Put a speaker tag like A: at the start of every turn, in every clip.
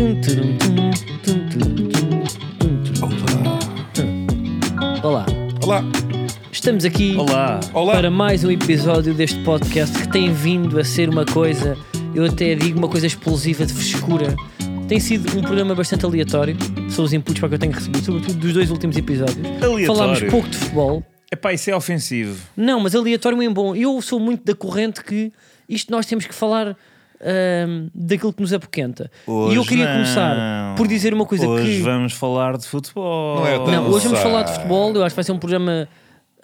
A: Hum. Olá,
B: Olá,
A: estamos aqui
C: Olá!
B: olá.
A: para mais um episódio deste podcast que tem vindo a ser uma coisa, eu até digo uma coisa explosiva de frescura. Tem sido um programa bastante aleatório, são os inputs para que eu tenho recebido, sobretudo dos dois últimos episódios.
C: Aleatório.
A: Falámos pouco de futebol,
C: Epá, isso é ofensivo.
A: Não, mas aleatório em bom. Eu sou muito da corrente que isto nós temos que falar ahm, daquilo que nos apoquenta. e eu
C: Hoje
A: queria
C: não.
A: começar por dizer uma coisa
C: Hoje
A: que.
C: vamos falar de futebol.
B: Não é tão-
A: Não, hoje vamos
B: Nossa.
A: falar de futebol. Eu acho que vai ser um programa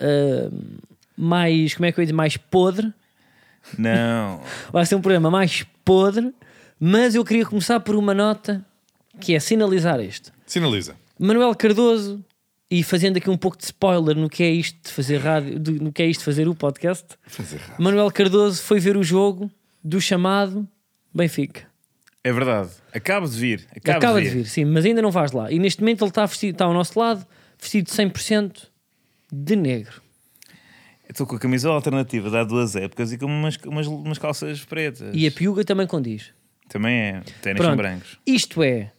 A: ahm, mais. Como é que eu ia dizer? Mais podre.
C: Não.
A: Vai ser um programa mais podre. Mas eu queria começar por uma nota que é sinalizar isto.
B: Sinaliza.
A: Manuel Cardoso, e fazendo aqui um pouco de spoiler no que é isto de fazer rádio, de- no que é isto de fazer o podcast. Manuel Cardoso foi ver o jogo do chamado Benfica.
C: É verdade. Acabo de vir. Acabo
A: Acaba de vir. sim, mas ainda não vais lá. E neste momento ele está vestido, está ao nosso lado, vestido 100% de negro.
C: Eu Estou com a camisola alternativa de há duas épocas e com umas, umas, umas calças pretas.
A: E a piuga também condiz.
C: Também é. Ténis são
A: Pronto,
C: brancos.
A: isto é,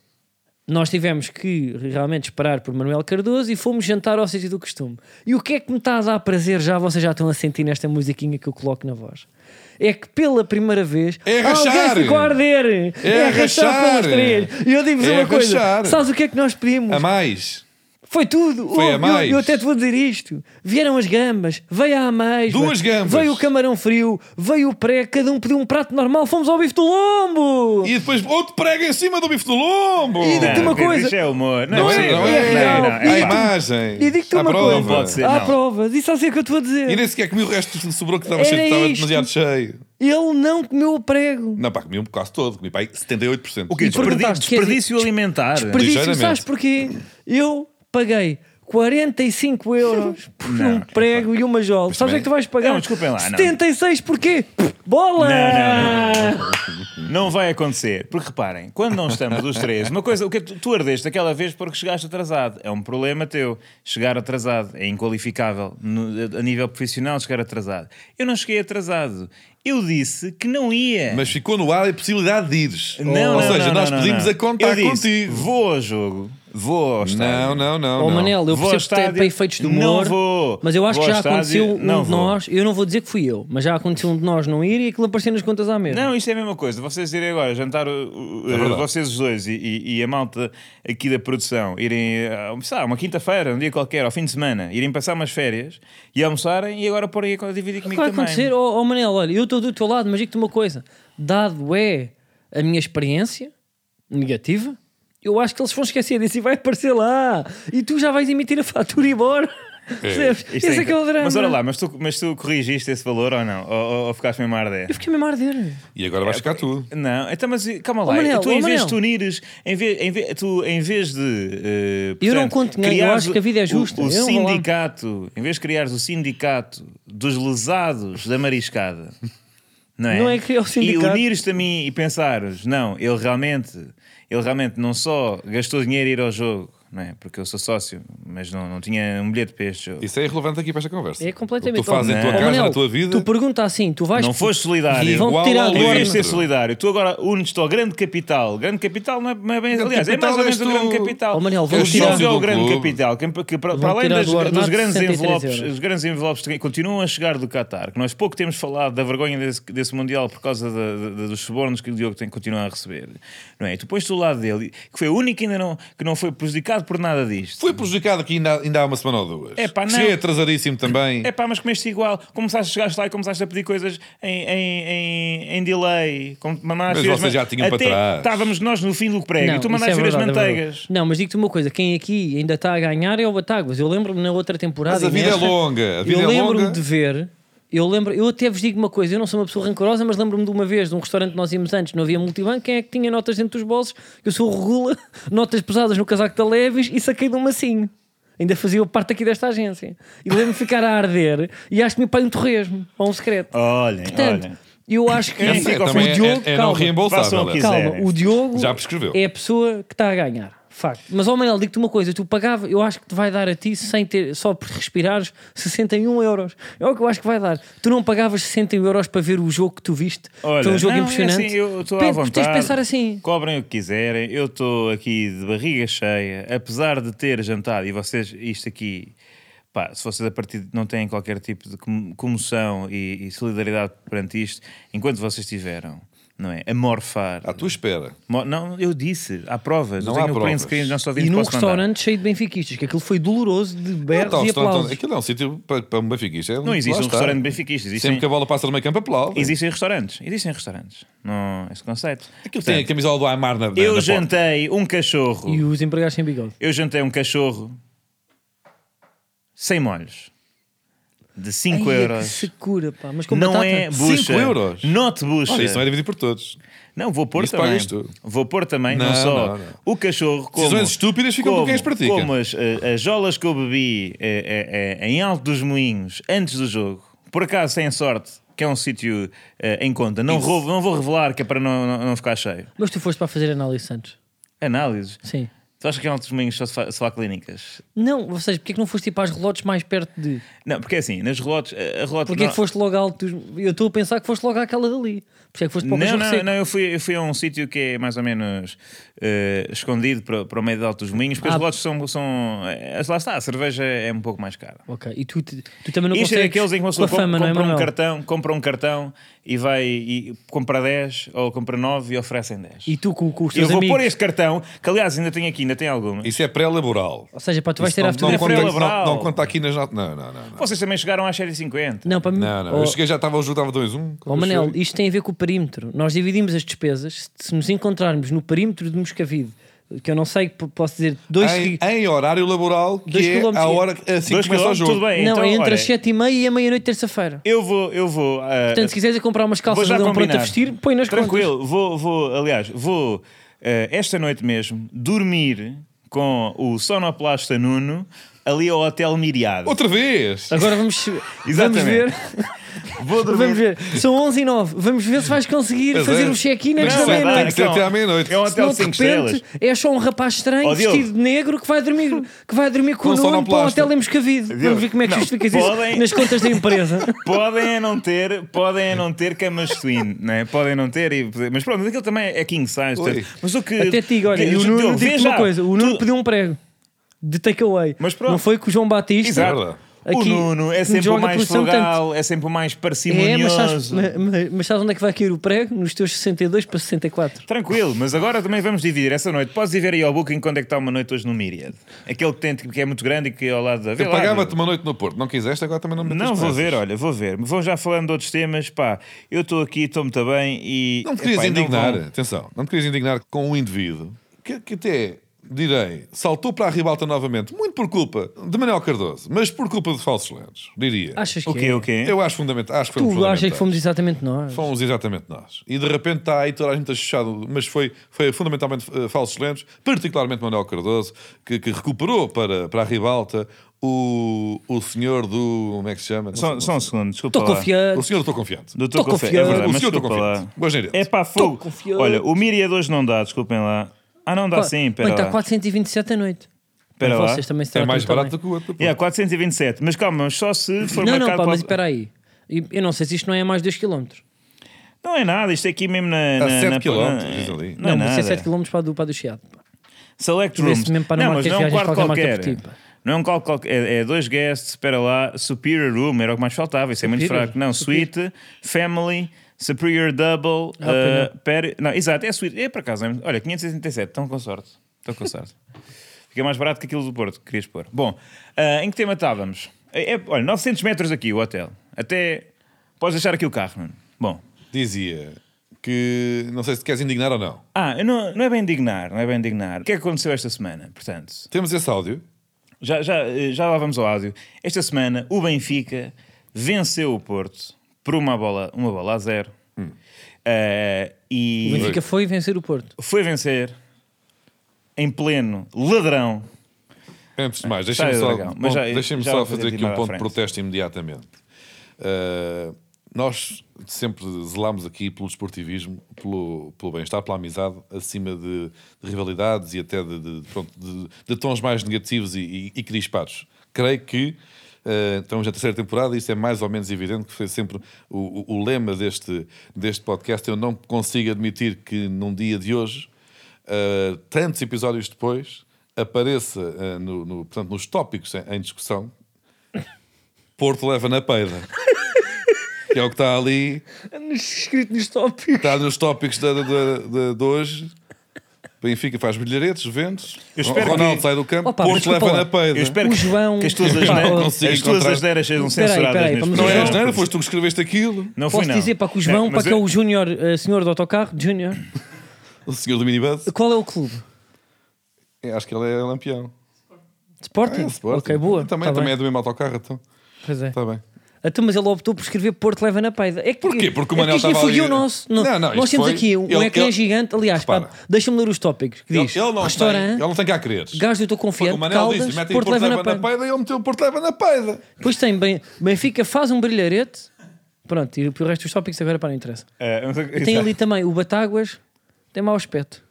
A: nós tivemos que realmente esperar por Manuel Cardoso e fomos jantar ao sítio do costume. E o que é que me está a dar prazer já? Vocês já estão a sentir nesta musiquinha que eu coloco na voz. É que pela primeira vez
B: É rachar.
A: alguém ficou a arder. É,
B: rachar.
A: pelas três. E eu digo-vos
B: É
A: uma coisa:
B: rachar.
A: sabes o que é que nós pedimos?
B: A mais.
A: Foi tudo.
B: Foi
A: Houve-
B: a mais.
A: Eu, eu até te vou dizer isto. Vieram as gambas, veio a mais.
B: Duas gambas.
A: Veio o camarão frio, veio o pré, cada um pediu um prato normal, fomos ao bife do lombo.
B: E depois outro prego em cima do bife do lombo.
A: E digo-te
C: Não,
A: uma
C: Pedro,
A: coisa-
C: Isso é humor. Não,
B: Não
C: isso
B: é, não é,
C: humor.
A: real.
C: Não, não,
A: E
B: A
C: pá.
B: imagem.
A: E digo-te
B: À
A: uma
B: prova.
A: coisa.
C: Não pode ser.
A: Há
C: não.
A: provas, isso assim é que eu te vou
B: E
A: dizer.
B: nem sequer comi o resto que sobrou que estava,
A: Era
B: cheio, estava
A: isto.
B: demasiado cheio.
A: Ele não comeu o prego.
B: Não, pá, comi um bocado todo. Comi pá, aí 78%.
C: O quê?
A: E
C: Desperdi-
A: perguntaste, quer dizer,
C: Desperdício alimentar.
A: Desperdício,
B: Ligeiramente.
A: sabes porquê? Eu paguei 45 euros por
C: Não, é
A: um prego e uma jola. Sabes o que é que tu vais pagar?
C: Não, desculpem lá, não.
A: 76 porquê? Bola!
C: Não, Não vai acontecer. Porque reparem, quando não estamos os três, uma coisa, o que tu, tu ardeste aquela vez porque chegaste atrasado. É um problema teu. Chegar atrasado é inqualificável. No- a nível profissional, chegar atrasado. Eu não cheguei atrasado. Eu disse que não ia.
B: Mas ficou no ar a possibilidade de ires. Ou seja, nós
C: não,
B: pedimos
C: não.
B: a contar
C: Eu disse,
B: contigo.
C: Vou ao jogo. Vou ao
B: Não,
C: estádio.
B: não, não.
A: Ó
B: não.
A: Manel, eu
C: Vou
A: percebo que
C: ao
A: tem
C: estádio.
A: para efeitos de
C: Não
A: humor,
C: vou.
A: mas eu acho
C: Vou
A: que já
C: ao estádio.
A: aconteceu um
C: Não
A: de
C: vou.
A: nós, eu não vou dizer que fui eu, mas já aconteceu um de nós não ir e aquilo apareceu nas contas à mesa.
C: Não, isto é a mesma coisa. Vocês irem agora jantar, uh, uh,
B: verdade.
C: vocês os dois e, e- e a malta aqui da produção, irem, uh, almoçar uma quinta-feira, um dia qualquer, ao fim de semana, irem passar umas férias e almoçarem e agora porem a
A: O
C: dividir
A: que
C: comigo
A: vai
C: também.
A: acontecer? Ó ó, Manel, olha, eu estou do teu lado, mas digo-te uma coisa: dado é a minha experiência negativa, eu acho que eles vão esquecer disso e vai aparecer lá e tu já vais emitir a fatura e ir embora. Percebes?
C: Isto
A: Esse é, que é o drama.
C: Mas olha lá, mas tu, mas tu corrigiste esse valor ou não? Ou, ou, ou ficaste mesmo a arder?
A: Eu fiquei é mesmo a arder.
B: E agora vais ficar tu.
C: Não, então, mas calma lá,
A: Manel,
C: tu
A: oh,
C: em vez
A: Manel.
C: de te unires, em vez, em vez, tu em vez de. eh,
A: Eu não
C: portanto,
A: conto dinheiro, eu
C: criares
A: acho que a vida é
C: o-
A: justa,
C: O,
A: eu vou lá.
C: sindicato, em vez de criares o sindicato dos lesados da mariscada, não é?
A: Não é criar o sindicato.
C: E unires-te a mim e pensares, não, ele realmente, ele realmente não só gastou dinheiro a ir ao jogo, não é? Porque eu sou sócio, mas não, não tinha um bilhete para este jogo.
B: Isso é irrelevante aqui para esta conversa.
A: É completamente.
B: O que tu fazes em
A: Ó,
B: tua
A: ó,
B: casa,
A: Manel,
B: na tua vida. é
A: Tu pergunta assim: tu vais.
C: Não foste solidário.
A: Vão
B: Igual
A: tirar
B: ao
A: do
C: Em vez de
A: ordem.
B: Lourdes.
C: ser solidário, tu agora unes-te ao grande capital. Grande capital não é, não é bem.
B: Grande
C: aliás, é
B: capital
C: mais ou menos
B: és
C: o grande
B: tu.
C: capital.
A: Oh, Manel, vão
C: Eu
A: tirar-
C: sócio ao
B: do
C: grande
B: clube.
C: capital, que, que para, para
A: Vão
C: além
A: tirar
C: das-
A: do ordenado
C: dos grandes
A: 63
C: envelopes,
A: euros.
C: os grandes envelopes que continuam a chegar do Qatar, que nós pouco temos falado da vergonha desse, desse Mundial por causa da- da- dos subornos que o Diogo tem que continuar a receber. Não é? E tu pões do lado dele, que foi o único que ainda não, que não foi prejudicado por nada disto.
B: Fui prejudicado aqui ainda, ainda há uma semana ou duas.
C: É pá, não.
B: Cheguei atrasadíssimo também.
C: É pá, mas comeste igual. Começaste, chegaste lá e começaste a pedir coisas em, em, em, em delay. Com,
B: Mas vocês já tinham para trás.
C: Estávamos nós no fim do prego
A: Não,
C: e tu
A: isso
C: mandaste
A: é
C: vir as
A: verdade, é verdade.
C: manteigas.
A: não, mas digo-te uma coisa: quem aqui ainda está a ganhar é o Batáguas. Eu lembro-me na outra temporada.
B: Mas a
A: e
B: vida é
A: nesta,
B: longa, a vida é
A: eu lembro-me
B: longa.
A: de ver. Eu, lembro, eu até vos digo uma coisa, eu não sou uma pessoa rancorosa, mas lembro-me de uma vez de um restaurante que nós íamos antes, não havia multibanco, quem é que tinha notas dentro dos bolsos? Eu sou o Regula, notas pesadas no casaco da Levis e saquei de um macinho. Ainda fazia parte aqui desta agência. E lembro-me de ficar a arder e acho que me pai um torresmo ou um secreto.
C: Olhem,
A: Portanto,
C: olhem.
A: eu acho que
C: Essa Oh, é
A: fica-
C: também
A: o Diogo,
B: é, é não
A: calma,
C: Façam
B: reembolsável.
C: o que
B: é.
C: quiserem.
A: Calma, o Diogo
B: Já prescreveu.
A: é a pessoa que está a ganhar. Facto. Mas, ó Manel, digo-te uma coisa: tu pagava, eu acho que te vai dar a ti, sem ter, só por respirares, 61 euros. É o que eu acho que vai dar. Tu não pagavas 61 euros para ver o jogo que tu viste.
C: Olha,
A: Foi um jogo
C: não, é
A: impressionante.
C: assim, eu estou à
A: Pedro,
C: vontade.
A: tens de pensar assim.
C: Cobrem o que quiserem. Eu estou aqui de barriga cheia, apesar de ter jantado e vocês, isto aqui. Pá, se vocês a partir de, não têm qualquer tipo de com- comoção e, e solidariedade perante isto, enquanto vocês tiveram, não é? A morfar.
B: À tua espera.
C: Mo- Não, eu disse, há provas.
B: Não
C: eu
B: há
C: tenho um o print
B: provas.
C: screen, não só
A: E num restaurante cheio de benfiquistas, que aquilo foi doloroso de berros
B: Então,
A: e
B: então,
A: aplausos.
B: aquilo é um sítio para, para um benfiquista. é um-
C: Não
B: lá
C: existe um
B: está.
C: restaurante benfiquista. um- Existem,
B: Sempre que a bola passa no meio campo, aplaude.
C: existem restaurantes. Existem restaurantes. Não, esse conceito.
B: Aquilo tem a
C: Portanto,
B: camisola do Aymar na, na, na
C: eu
B: porta.
C: jantei um cachorro.
A: E os empregados sem bigode.
C: Eu jantei um cachorro sem molhos de 5
A: Ai, é Que
C: euros.
A: secura, pá. Mas com
C: Não
A: batata.
C: é bucha.
B: Cinco euros?
C: Not bucha.
B: Olha, isso não é dividido por todos.
C: Não, vou pôr
B: Isso
C: também.
B: pagas tu.
C: Vou pôr também, não,
B: Não,
C: só
B: não, não.
C: o cachorro como.
B: Decisões estúpidas ficam
C: como,
B: por quem as pratica.
C: Como as, eh, as jolas que eu bebi eh, eh, eh, em Alto dos Moinhos antes do jogo, por acaso sem sorte, que é um sítio eh, em conta. Não, roubo- não vou revelar, que é para não, não, não ficar cheio.
A: Mas tu foste para fazer análise Santos.
C: Análises.
A: Sim.
C: Tu achas que em Alto dos Moinhos só se, fa- só há clínicas?
A: Não, ou seja, porque é que não foste ir para as relotes mais perto de.
C: Não, porque é assim, nas relotes. A, a relota-
A: Porquê é
C: não-
A: que foste logo alto? dos- Eu estou a pensar que foste logo àquela dali. Porquê é que foste para o
C: Não,
A: Cachorro
C: não,
A: Seco?
C: não, eu fui, eu fui a um sítio que é mais ou menos eh, escondido para, para o meio de Alto dos Moinhos, porque
A: Ah.
C: os lotes são. são eh, lá está, a cerveja é um pouco mais cara.
A: Ok, e tu, te- tu também não
C: Isto é
A: consegues
C: daqueles em que uma
A: com
C: pessoa
A: a
C: com-
A: fama, não é,
C: compra um
A: Manuel?
C: cartão, compra um cartão e vai e compra 10 ou compra 9 e oferecem 10.
A: E tu com, com os
C: eu
A: teus
C: vou
A: amigos.
C: pôr este cartão, que aliás ainda tenho aqui, ainda tem alguma.
B: Isso é pré-laboral.
A: Ou seja, pá, tu vais
B: Isso
A: ter
B: não,
A: after
B: não, conta,
C: É pré-laboral.
B: não, não conta aqui nas notas. Não, não, não. Não,
C: Vocês também chegaram às 7h50.
A: Não, para mim.
B: não. não.
A: Oh,
B: Eu cheguei, já estava o jogo, estava 2-1.
A: oh, Manel, isto tem a ver com o perímetro. Nós dividimos as despesas. Se, se nos encontrarmos no perímetro de Moscavide, que eu não sei, p- posso dizer, dois.
B: em,
A: ri-
B: em horário laboral, que
A: Dois
B: é
A: quilómetros.
B: a hora que- assim que começa o
C: Dois quilómetros,
B: jogo.
C: tudo bem.
A: não,
C: então,
A: é entre
C: olha,
A: as 7 e meia e a meia-noite de terça-feira.
C: Eu vou, eu vou. ah,
A: Portanto, se quiseres ir comprar umas
C: vou
A: calças
C: já
A: de um pronto a
C: combinar.
A: vestir, põe nas contas.
C: Tranquilo, vou, vou, aliás, vou eh, esta noite mesmo dormir com o sonoplasta Nuno ali ao Hotel Miriado.
B: Outra vez!
A: Agora vamos, vamos
C: Exatamente.
A: ver.
C: Vou dormir.
A: Vamos ver. São 11 e 9. Vamos ver se vais conseguir
B: Mas
A: fazer
B: é.
A: o check-in
B: Mas
A: antes da
B: isso é-
C: meia-noite.
A: meia-noite.
B: Tem que ser até à meia-noite.
C: É um
A: Senão,
C: hotel
A: de
C: 5
A: repente,
C: estrelas.
A: é só um rapaz estranho,
C: Oh, Diogo.
A: vestido de negro, que vai dormir, que vai dormir com
B: Com
A: o Nuno para o
B: sonoplasta.
A: hotel em Moscavide.
C: Diogo,
A: Vamos ver como é que
C: não,
A: justificas isso
C: podem-
A: nas contas da empresa.
C: Podem é não ter, podem é não ter camas twin, né? Podem não ter, e- mas pronto, mas aquilo também é king size.
B: Oi.
C: portanto, Mas o que
A: Até te digo, olha,
C: que-
A: e o Nuno
C: Diogo, vê
A: diz
C: já,
A: uma coisa: o Nuno
C: tu-
A: pediu um prego de takeaway.
C: Mas pronto.
A: Não foi com o João Batista.
B: É
C: Exato. o
A: Aqui,
C: Nuno é
A: nos
C: sempre o
A: joga
C: mais
A: produção
C: frugal, é sempre o mais
A: É, mas
C: parcimonioso.
A: sabes, ma- ma- mas sabes onde é que vai cair o prego? Nos teus 62 para 64.
C: Tranquilo, mas agora também vamos dividir essa noite. Podes ir ver aí ao Booking quando é que está uma noite hoje no Myriad. Aquele que, tem, que é muito grande e que é ao lado da. Vê
B: Eu
C: lá,
B: pagava-te uma noite no Porto. Não quiseste, agora também não me metas
C: Não, vou
B: pressas.
C: ver, olha, vou ver. Vão já falando de outros temas, pá. Eu estou aqui, estou muito bem e.
B: Não te querias
C: Epá, e
B: indignar,
C: vão-
B: atenção, não te querias indignar com um indivíduo que, que até, direi, saltou para a ribalta novamente, muito por culpa de Manuel Cardoso, mas por culpa de falsos lentes, diria.
A: Achas que
C: O quê,
A: é?
C: o quê?
B: Eu acho fundamental. Acho que
C: um
B: fomos
A: Tu achas que um-
B: fundamentais.
A: fomos exatamente nós?
B: Fomos exatamente nós. E de repente está aí toda a gente achado, mas foi, foi fundamentalmente eh, falsos lentes, particularmente Manuel Cardoso, que, que recuperou para, para a ribalta o, o senhor do. Como é que se chama? Não sei,
C: Só,
B: não
C: só um segundo, desculpa.
A: Estou
C: lá.
A: confiante.
B: sei. O senhor, estou confiante.
C: Doutor
A: Tô
C: Confi-
A: confiante.
C: É verdade,
B: O
C: mas
B: senhor, estou
C: desculpa lá.
B: confiante. Boas diretes.
C: É pá, fogo.
A: Tô confiante.
C: Olha, o Myriad hoje não dá, desculpem lá. Ah, não dá sim, pera
A: Bem, tá está
C: lá.
A: 427 a noite.
C: Pera
A: Bem,
C: lá.
A: Vocês também se
B: É
A: tratam
B: mais barato
A: também.
B: do que o outro.
C: É, 427. Mas calma, mas só se for
A: Não, não,
C: marcado...
A: pá, mas espera
C: para-
A: aí. E- Eu não sei se isto não é mais 2 km.
C: Não é nada, isto é aqui mesmo na...
B: Está
C: na-
B: Tá sete
C: na-
B: quilómetros,
C: na-
B: diz ali.
C: Não, é
A: Não, mas
C: nada.
A: é 7 km para a do, para a do Chiado. pá.
C: Select
A: Vê-se
C: Rooms.
A: mesmo para não
C: mas
A: marcar
C: não é um
A: viagens
C: quarto
A: qualquer marca por
C: qualquer.
A: ti, pá.
C: Não é um quarto qualquer. É, é dois guests, espera lá. Superior Room, era o que mais faltava. Isso é muito
A: Superior?
C: fraco. Não, Suite, Family, Superior Double.
A: Ah,
C: eh,
A: pois
C: peri- não, exato, é Suite. É para casa. Olha, 577. Estão com sorte. Estão com sorte. Fica mais barato que aquilo do Porto que querias pôr. Bom, eh, em que tema estávamos? É, é- olha, 900 metros aqui o hotel. Até. Podes deixar aqui o carro, Nuno. Bom.
B: Dizia que não sei se te queres indignar ou não.
C: Ah, eu não, não é bem dignar, não é bem dignar. O que é que aconteceu esta semana, portanto?
B: Temos esse áudio.
C: Já, já, eh, já lá vamos ao áudio. Esta semana o Benfica venceu o Porto por uma bola, uma bola a zero.
B: Hum.
C: Eh,
A: O
C: e
A: Benfica foi vencer o Porto.
C: foi vencer em pleno ladrão.
B: Antes de mais, deixem-me
C: aí,
B: só,
C: Dragão, mas já-
B: bom, deixem-me
C: já
B: só
C: vou
B: fazer
C: fazer
B: aqui
C: aqui
B: um
C: mais à
B: ponto de
C: frente.
B: protesto imediatamente. Uh, nós sempre zelámos aqui pelo desportivismo, pelo, pelo bem-estar, pela amizade, acima de, de rivalidades e até de, de- pronto, de- de tons mais negativos e, e, e crispados. Creio que uh, estamos na terceira temporada e isso é mais ou menos evidente que foi sempre o, o- o lema deste, deste podcast. Eu não consigo admitir que num dia de hoje uh, eh, tantos episódios depois, apareça uh, no, no- portanto, nos tópicos em, em discussão Porto leva na peida. que é o que está ali.
A: Escrito nos tópicos.
B: Está nos tópicos de, de, de, de hoje. Benfica faz bilharetes, vendes.
C: Eu espero
B: Ronaldo
C: que-
B: sai do campo.
A: Opa, mas
B: Porto
A: desculpa
B: leva
A: lá.
B: na peida.
C: Eu espero
A: O
C: que,
A: João-
C: que as tuas
A: Pá,
C: asneiras,
A: não
B: consigo
C: as tuas
B: encontrar-
C: asneiras sejam
A: Peraí,
C: censuradas.
A: peraí,
C: neste
A: vamos
B: Não
C: programa.
B: é
A: João-
B: asneira, foste tu que escreveste aquilo.
C: Não fui,
A: Posso
C: não.
A: dizer para que o João,
C: Não,
A: para
C: mas
A: que é
C: eu-
A: o Júnior, eh, senhor do autocarro, Júnior,
B: O senhor do minibus.
A: qual é o clube?
B: É, Acho que ele é lampião.
A: Sporting?
B: É, Sporting.
A: Ok, boa.
B: Também,
A: Tá
B: também
A: bem.
B: é do mesmo autocarro, então.
A: Pois é.
B: Está bem.
A: Então, mas ele optou por escrever Porto leva na peida. É que,
B: Porquê? Porque o
A: é
B: Manel
A: que isto
B: estava ali-
A: influiu o nosso. Não,
B: Não, não,
A: nós
B: isto
A: temos
B: foi-
A: aqui um, um
B: ele-
A: ecrã
B: ele-
A: gigante. Aliás, pá,
B: Repara.
A: deixa-me ler os tópicos. Que
B: Ele,
A: diz:
B: ele, não tem, ele
A: restaurante,
B: não tem cá quereres.
A: gás do teu
B: Foi o
A: confiante,
B: Manel
A: caldas,
B: disse: metem
A: Porto leva na
B: na
A: peida.
B: peida e ele meteu o Porto leva na peida.
A: Depois tem Ben- Benfica faz um brilharete. Pronto, e o resto dos tópicos agora para não interessa.
C: É, mas-
A: E tem ali também o Batáguas, tem mau aspecto.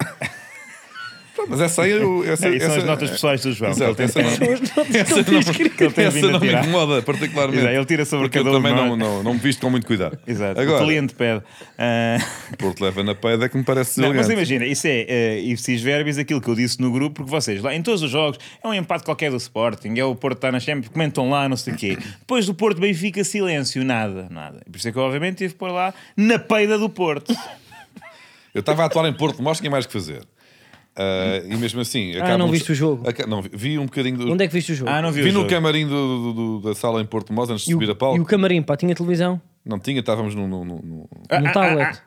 B: Pá, Mas essa aí eu- essa,
C: Não, isso são
B: essa,
C: as notas pessoais do João. que
B: Exato,
C: ele tem-
B: essa é não- essa
A: Estão
B: não-
A: escritas.
C: que ele tem
B: essa
C: vindo a
B: não me
C: tirar.
B: incomoda particularmente.
C: Exato, ele tira sobre
B: porque
C: cada
B: eu
C: um de
B: também não,
C: nós.
B: não, não me visto com muito cuidado.
C: Exato.
B: Agora,
C: O cliente pede. Ah,
B: Porto leva na peida é que me parece
C: não, mas
B: elegante.
C: imagina, isso é eh, ipsis verbis aquilo que eu disse no grupo, porque vocês lá em todos os jogos é um empate qualquer do Sporting, é o Porto está na Champions, comentam lá, não sei o quê. Depois do Porto Benfica, silêncio, nada, nada. Por isso é que eu obviamente tive que pôr lá na peida do Porto.
B: Eu estava a atuar em Porto, mostra quem mais que fazer. Ah, e mesmo assim. acaba
A: não
B: um-
A: viste o jogo?
B: Aca- Não, vi- vi um bocadinho do.
A: Onde é que viste o jogo?
C: Ah, não vi,
B: Vi
C: o
B: no
C: jogo.
B: camarim do- do- do- da sala em Porto Mós antes de
A: e,
B: subir
A: o,
B: a palco.
A: e o camarim, pá, tinha televisão,
B: Não tinha, estávamos num. num- num- num-
A: no
C: ah,
A: tablet,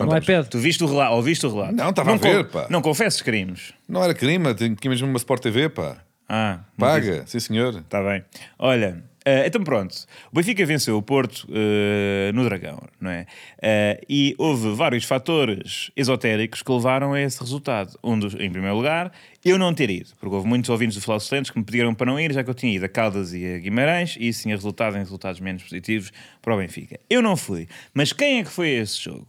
A: no iPad.
C: Tu viste o relato, ouviste o relato?
B: Não, estava a ver, pá.
C: Não confesses crimes.
B: Não era crime, tinha tinha mesmo uma Sport TV, pá.
C: Ah, não
B: Paga, sim senhor.
C: Está Tá bem. Olha, eh, então pronto. O Benfica venceu o Porto eh, no Dragão, não é? Eh, e houve vários fatores esotéricos que levaram a esse resultado. Um dos, em primeiro lugar, eu não ter ido, porque houve muitos ouvintes do Falar Excelentes que me pediram para não ir, já que eu tinha ido a Caldas e a Guimarães, e isso tinha resultado em resultados menos positivos para o Benfica. Eu não fui. Mas quem é que foi a esse jogo?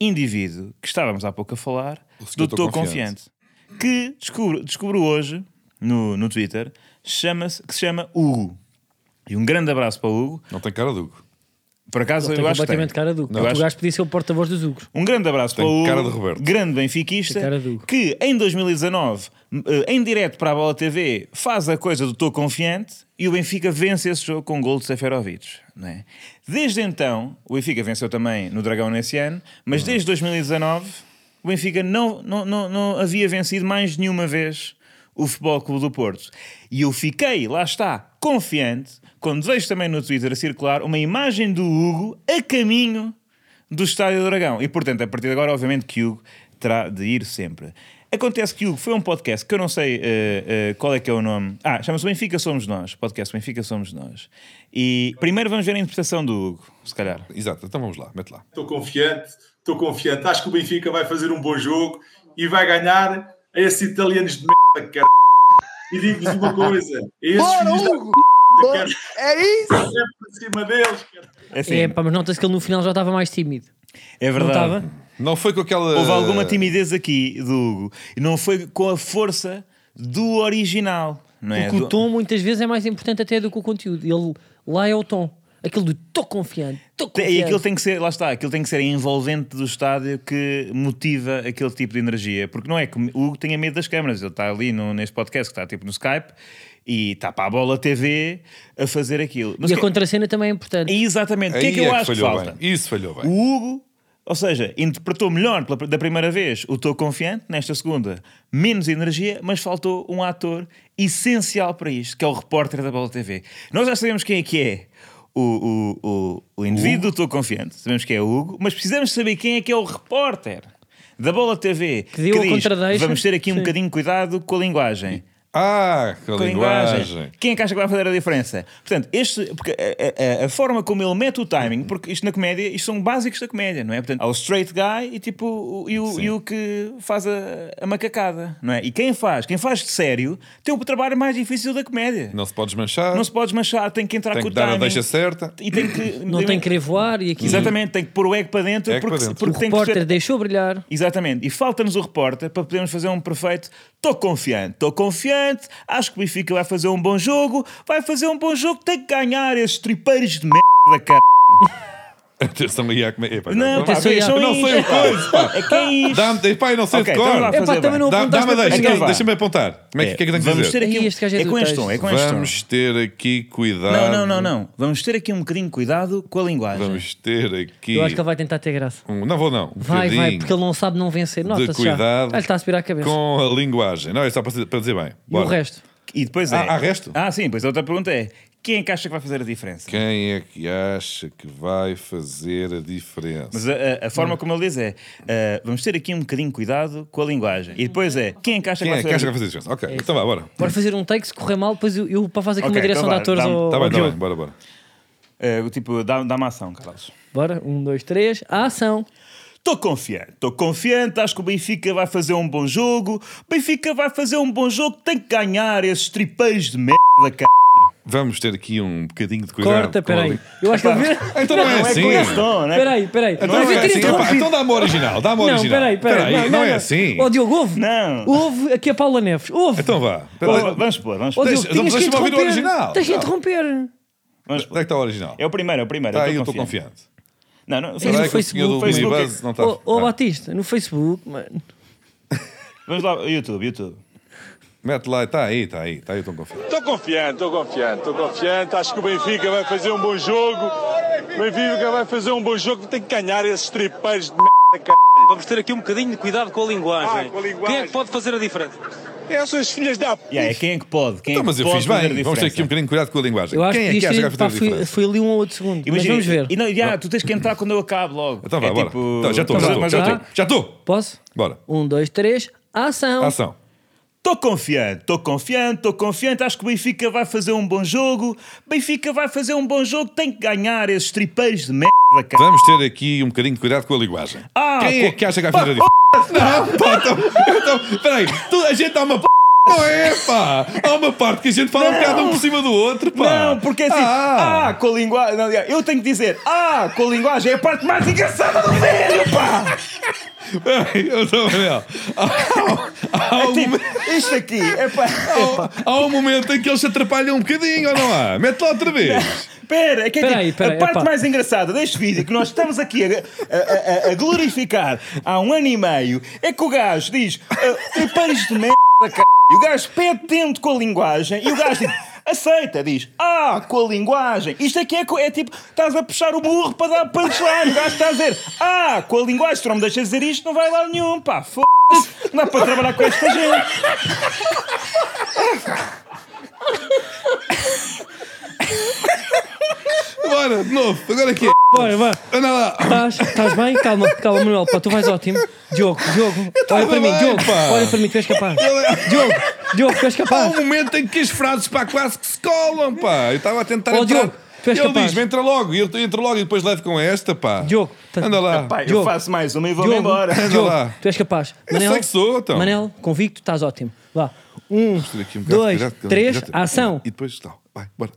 C: Indivíduo que estávamos há pouco a falar,
B: O senhor
C: do
B: Tô
C: Tô
B: Confiante.
C: Confiante que descubro, descubro hoje no, no Twitter chama-se- que se chama Hugo. E um grande abraço para o Hugo.
B: Não tem cara do.
C: Por acaso
A: Tem
C: eu acho que tem.
A: completamente cara do.
C: Eu
A: O
C: acho-
A: gajo podia ser o porta-voz dos Ugros.
C: Um grande abraço
B: Tem
C: para o Hugo,
B: cara de Roberto.
C: grande
A: Tem
C: benfiquista,
A: cara de Hugo.
C: que em 2019, eh, em direto para a Bola TV, faz a coisa do Estou Confiante e o Benfica vence esse jogo com um gol de Seferovic. Não é? Desde então, o Benfica venceu também no Dragão nesse ano, mas
B: Hum.
C: desde 2019 o Benfica não, não, não, não havia vencido mais nenhuma vez o Futebol Clube do Porto. E eu fiquei, lá está, confiante, quando vejo também no Twitter a circular uma imagem do Hugo a caminho do Estádio do Dragão. E, portanto, a partir de agora, obviamente que Hugo terá de ir sempre. Acontece que Hugo foi um podcast que eu não sei eh, eh, qual é que é o nome. Ah, chama-se Benfica Somos Nós. Podcast Benfica Somos Nós. E primeiro vamos ver a interpretação do Hugo, se calhar.
B: Exato, então vamos lá, mete lá.
D: Estou confiante, estou confiante. Acho que o Benfica vai fazer um bom jogo e vai ganhar a esses italianos de merda, cara. E digo-vos uma coisa: é esses filhos da puta, cara.
E: É isso!
D: É por cima deles, cara.
C: É, assim,
A: É,
C: é,
A: pá, mas nota-se que ele no final já estava mais tímido. Não
C: verdade.
A: estava?
B: Não foi com aquela.
C: Houve alguma timidez aqui do Hugo. E não foi com a força do original. Não é?
A: Porque
C: Do-
A: o tom muitas vezes é mais importante até do que o conteúdo. Ele lá é o tom. Aquele do estou confiante, estou
C: Te- E aquilo
A: confiante.
C: tem que ser, lá está, aquilo tem que ser a envolvente do estádio que motiva aquele tipo de energia. Porque não é que o Hugo tenha medo das câmaras, ele está ali no, neste podcast que está tipo no Skype e está para a bola TV a fazer aquilo. Mas
A: E a
C: o que-
A: contracena também é importante.
C: é Exatamente, o que é
B: Aí
C: que eu acho que
B: falhou
C: falta?
B: bem. Isso falhou bem.
C: O Hugo, ou seja, interpretou melhor pela- da primeira vez o Estou Confiante, nesta segunda, menos energia, mas faltou um ator essencial para isto, que é o repórter da Bola TV. Nós já sabemos quem é que é o, o, o, o indivíduo do Estou Confiante, sabemos que é o Hugo, mas precisamos saber quem é que é o repórter da Bola TV que,
A: deu a
C: diz,
A: contradeixa.
C: vamos ter aqui um
A: Sim.
C: bocadinho de cuidado com a linguagem
B: Ah, com a,
C: com a
B: linguagem.
C: linguagem. Quem é que acha que vai fazer a diferença? Portanto, este, porque a, a- a- a forma como ele mete o
B: Uhum.
C: timing, porque isto na comédia, isto são básicos da comédia, não é? Portanto, há o straight guy e tipo o, e o, e o que faz a, a macacada, não é? E quem faz, quem faz de sério, tem o trabalho mais difícil da comédia. Não,
B: Não se pode desmanchar,
C: se pode desmanchar, tem que entrar
B: tem
C: com o
B: que dar
C: timing.
B: a deixa certa.
C: E tem que.
A: Não tem que querer voar e aquilo.
C: Exatamente, tem que pôr o ego para dentro,
B: Ego
C: porque,
B: para dentro.
C: porque
A: O
C: tem que
A: repórter
C: ser-
A: deixou brilhar.
C: Exatamente. E falta-nos o repórter para podermos fazer um perfeito. Estou confiante, estou confiante. Acho que o Benfica vai fazer um bom jogo. Vai fazer um bom jogo. Tem que ganhar esses tripeiros de merda, cara.
B: Atenção aí à comédia. Epá,
C: Não,
B: dá-me-
C: atenção aí à-
B: Eu não sei o coisa, pá.
C: É que é isto.
B: Dá-me, epá, eu não sei
C: Ok,
B: de cor.
C: então vá
B: Dá-
C: fazer
A: Epá, também
C: bem.
A: não
B: Dá-me
A: apontaste
B: a deixa,
A: para
C: Então vá.
B: deixa-me apontar. Como é que, o que é que eu tenho que
C: Vamos ter
B: dizer?
C: aqui. um-
A: Ih, este gajo é
C: é com
A: do
C: este
A: texto.
C: tom, é com este tom.
B: Vamos ter aqui cuidado.
C: Não, não, não, não. Vamos ter aqui um bocadinho de cuidado com a linguagem.
B: Vamos ter aqui.
A: Eu acho que ele vai tentar ter graça.
B: um- Não vou, não. Um
A: Vai, vai,
B: bocadinho
A: porque ele não sabe não vencer.
B: de
A: Nota-se já. Ah,
B: cuidado
A: Ele está a aspirar a cabeça.
B: com a linguagem. Não, é só para dizer, para dizer bem.
A: E o
B: Bora.
A: resto?
C: E depois é.
B: Há- há resto?
C: Ah, sim, pois a outra pergunta é: quem é que acha que vai fazer a diferença?
B: Quem é que acha que vai fazer a diferença?
C: Mas a, a- a
B: Hum.
C: forma como ele diz é: ah, vamos ter aqui um bocadinho de cuidado com a linguagem. E depois é: quem é que acha
B: Quem
C: que
B: é
C: vai
B: que acha
C: fazer
B: que vai fazer a diferença? Ok, então vá, bora.
A: Bora fazer um take, se correr mal, depois eu, eu para fazer aqui
C: Ok,
A: uma direção
C: então
A: de atores
C: vá, dá-me-
A: ao,
B: Está
A: ao
B: tá bem, está
A: Diogo.
B: bem, bora, bora.
C: Ah, o tipo, dá- dá-me dá ação, Carlos.
A: Bora, um, dois, três, a ação.
C: Estou confiante, estou confiante, acho que o Benfica vai fazer um bom jogo. Benfica vai fazer um bom jogo, tem que ganhar esses tripeiros de merda, cara.
B: Vamos ter aqui um bocadinho de cuidado.
A: Corta,
B: com a
A: peraí.
B: lin-
A: Eu acho que ele vira.
B: Então não é
C: Não é
B: assim.
C: com esse tom, né?
A: Peraí, peraí.
B: Então
A: Mas
B: não
A: eu
B: é
A: teria
B: assim.
A: interrompido.
B: Epá, Então dá-me o original, dá-me o
A: Não,
B: original.
A: peraí, peraí.
B: Peraí, Não é assim.
A: Ó Diogo, ouve.
C: Não.
A: Ouve aqui a Paula Neves. Ouve.
B: Então vá.
C: Pô,
B: Peraí.
C: vamos pôr, vamos
A: Ó
C: pôr.
B: deixa-
A: Diogo, tinhas que
B: deixa-me ouvir o
A: interromper.
B: original.
A: Tens que
B: Não.
A: interromper.
C: Vamos
B: Onde é que
C: pôr.
B: está o original?
C: É o primeiro, é o primeiro.
B: Está aí, Tá, eu
C: eu
B: estou
C: confiante.
B: confiante.
C: Não, não,
A: Tens
B: Olha
A: no
B: aí,
A: Facebook.
B: conseguiu do Mini
C: Facebook.
B: Buzz, não está.
A: Ô ô,
B: Ah,
A: Batista, no Facebook, mano.
C: Vamos lá, YouTube, YouTube.
B: Mete lá, está aí, está aí, está aí, eu estou confiante.
E: Estou confiante, estou confiante, estou confiante. Acho que o Benfica vai fazer um bom jogo. O Benfica vai fazer um bom jogo. Tem que ganhar esses tripeiros de merda, cara.
F: Vamos ter aqui um bocadinho de cuidado com a linguagem.
E: Ah, com a linguagem.
F: Quem é que pode fazer a diferença?
E: Essas filhas da p.
C: E aí, quem é que pode? Quem é
B: Então,
C: que
B: mas eu
C: pode
B: fiz
C: fazer
B: bem.
C: a
B: Vamos ter
C: diferença?
B: aqui um bocadinho de cuidado com a linguagem.
A: Eu acho
B: Quem é
A: que
B: que
A: isto
B: acha que vai
A: iria-
B: fazer a
A: pá, foi,
B: diferença?
A: foi ali um ou outro segundo. Mas
C: Imagina-
A: vamos ver.
C: E não, já, tu tens que entrar quando eu acabo logo.
B: Então vá,
C: É
B: bora.
C: tipo-
B: Então, já estou, já
A: Então
B: estou,
A: vá,
B: já
A: tá?
B: estou. Já estou.
A: Posso?
B: Bora.
A: Um, dois, três, ação.
B: Ação.
C: Tô confiante, tô confiante, tô confiante. Acho que o Benfica vai fazer um bom jogo. Benfica vai fazer um bom jogo. Tem que ganhar esses tripeiros de merda, cara.
B: Vamos ter aqui um bocadinho de cuidado com a linguagem.
C: Ah,
B: Quem é
C: co-
B: que acha que vai fazer a diferença? Não, pá, então, então, peraí, toda a gente há uma p. Não é, pá! Há uma parte que a gente fala um bocado um por cima do outro, pá!
C: Não, porque é assim. Ah, com a linguagem. não, Eu tenho que dizer, ah, com a linguagem é a parte mais engraçada do vídeo, pá!
B: Peraí, eu sou Manel. Há, há, há um
C: Tipo,
B: momento-
C: isto aqui é pá.
B: há- há um momento em que eles se atrapalham um bocadinho, ou não há? Mete lá outra vez!
C: Pera, é que é
A: Peraí,
C: tipo,
A: peraí,
C: a parte
A: epá.
C: mais engraçada deste vídeo é que nós estamos aqui a, a- a- a glorificar há um ano e meio é que o gajo diz ah, tripeiros de merda, cara. E o gajo pede tempo com a linguagem e o gajo diz. Aceita, diz, ah, com a linguagem. Isto aqui é, co- é tipo, estás a puxar o burro para dar punchline. O gajo está a dizer, ah, com a linguagem, se tu não me deixas dizer isto, não vai lá nenhum, pá, foda-se, não dá para trabalhar com esta gente.
B: Bora, de novo, agora aqui é.
A: Bora, vai.
B: Anda lá!
A: Estás, estás bem? Calma, calma, Manuel. Pá, tu vais ótimo. Diogo, Diogo, olha para
B: bem,
A: mim, Diogo,
B: pá.
A: olha para mim, tu és capaz. Diogo, Diogo, tu és
B: Há
A: capaz.
B: um momento em que as frases pá, quase que se colam, pá. Eu estava a tentar
A: Ó,
B: entrar.
A: Diogo, tu és
B: ele
A: capaz.
B: diz-me, entra logo, e eu entro logo e depois levo com esta, pá.
A: Diogo, tá-
B: Anda lá.
C: Pá, eu
A: Diogo.
C: faço mais uma e vou-me
A: Diogo,
C: embora.
A: Diogo,
B: lá.
A: tu és capaz.
B: Eu sei que sou, então.
A: Manel, convicto, estás ótimo. Vá. Um,
B: Vou ter aqui um bocado de
A: dois,
B: cuidado, que-
A: três,
B: já-
A: ação.
B: E depois, tal. Vai, bora.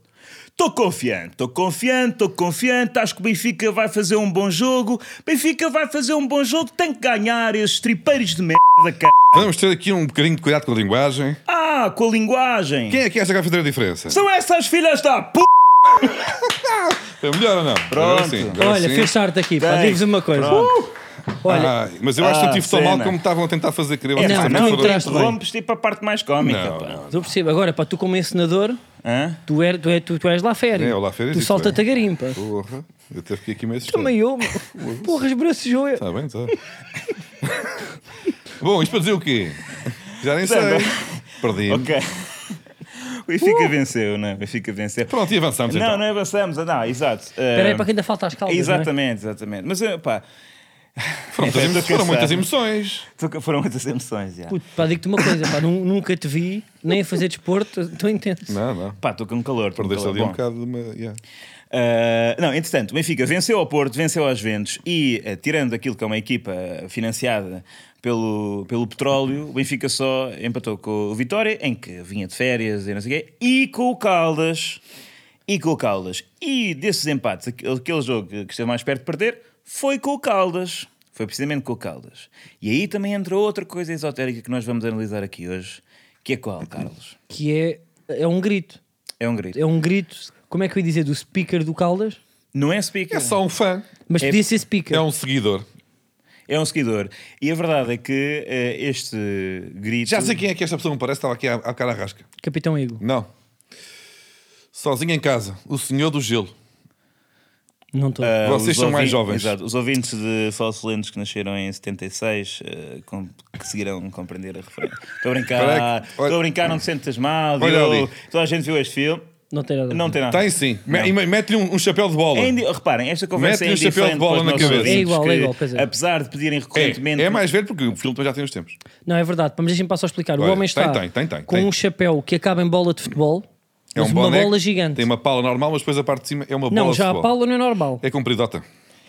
C: Estou confiante, estou confiante, estou confiante. Acho que o Benfica vai fazer um bom jogo. Benfica vai fazer um bom jogo. Tem que ganhar esses tripeiros de merda, cara.
B: Vamos ter aqui um bocadinho de cuidado com a linguagem.
C: Ah, com a linguagem.
B: Quem é que acha que vai fazer a diferença?
C: São essas filhas da p.
B: É melhor ou não? Agora
C: Pronto.
B: sim, agora
A: Olha,
B: sim.
A: fez arte aqui, pá,
C: Bem,
A: digo-vos uma coisa. Olha, É,
B: Ai, mas eu acho que eu
C: Ah,
B: tive tão mal
C: cena.
B: como estavam a tentar fazer crer.
A: não,
B: Vocês
A: não
B: foram-
A: entraste.
C: Rompes tipo a parte mais cómica,
B: Não,
C: pá.
B: não.
A: Uh, eu percebo. Agora, pá, tu como encenador,
C: Hã?
A: tu, é, tu, é, tu, tu és lá férias.
B: É, eu lá férias
A: Tu
B: e tu
A: salta-te a
B: é.
A: garimpa.
B: Porra, eu até fiquei aqui meio assustado.
A: Também eu, meu. porra, esbracejou. eu.
B: Está bem, está. Bom, isto para dizer o quê? Já nem sei.
C: bem.
B: Perdi.
C: Ok. O Benfica
A: Uh!
C: venceu, não é? O Benfica venceu.
B: Pronto, e avançamos
C: Não,
B: então.
C: não avançamos. Ah, Não, exato. Ah,
A: Espera aí, para que ainda falta as caldas. não é?
C: Exatamente, exatamente. Mas, eh, pá,
B: Foram, muitas,
C: Eu estou
B: emo- foram
C: cansado.
B: muitas emoções.
C: foram muitas emoções, já.
A: Puto, pá, digo-te uma coisa, pá, nu- nunca te vi nem a fazer desporto, estou intenso.
B: Não, não.
C: Pá, estou com calor. tô com
B: Perdeste
C: calor.
B: ali um
C: Bom.
B: bocado de uma. yeah.
C: Uh, não, entretanto, o Benfica venceu ao Porto, venceu às Ventos e, uh, tirando aquilo que é uma equipa uh, financiada pelo, pelo petróleo, o Benfica só empatou com o Vitória, em que vinha de férias e não sei o quê, e com o Caldas. E com o Caldas. E desses empates, aquele aquele jogo que que esteve mais perto de perder foi com o Caldas. Foi precisamente com o Caldas. E aí também entra outra coisa esotérica que nós vamos analisar aqui hoje, que é qual, Carlos?
A: Que é, é um grito.
C: É um grito.
A: É um grito, como é que eu ia dizer, do speaker do Caldas
C: Não é speaker.
B: É só um fã,
A: Mas
C: É-
A: podia ser speaker.
B: é um seguidor.
C: É um seguidor. E a verdade é que eh, este grito.
B: Já sei quem é que esta pessoa me parece, estava aqui à, à cara rasca.
A: Capitão Ego.
B: Não. Sozinho em casa, o senhor do gelo.
A: Não estou.
C: Ah,
B: é. Vocês
C: os
B: são mais
C: ouvi-
B: jovens.
C: Exato. Os ouvintes de Falso Lentes que nasceram em 76 eh, com- conseguirão compreender a referência. Estou
B: Espera
C: a brincar,
B: que- olha-
C: estou a brincar, não te sentas mal.
B: Olha
C: Diogo.
B: ali.
C: Toda a gente viu este filme.
A: não tem nada. a ver.
C: Não tem nada.
B: Tem sim. Me- e me- Mete-lhe um, um chapéu de bola.
C: É indi- Reparem, esta conversa
B: Mete-lhe
C: é
B: um chapéu de
C: indiferente
B: bola
C: para os
B: na
C: nossos
B: cabeça.
C: ouvintes
A: É igual,
C: que,
A: é igual, pois é.
C: Apesar de pedirem recorrentemente...
B: É, é mais velho porque o filme já tem os tempos.
A: Não, é verdade. Mas deixem-me passar a explicar. o
B: Olha,
A: homem está
B: tem, tem, tem, tem,
A: com
B: tem.
A: um chapéu que acaba em bola de futebol,
B: É
A: mas
B: um
A: uma
B: boneco,
A: bola gigante.
B: Tem uma pala normal, mas depois a parte de cima é uma bola
A: Não,
B: de
A: já a
B: futebol.
A: pala não é normal.
B: É compridota.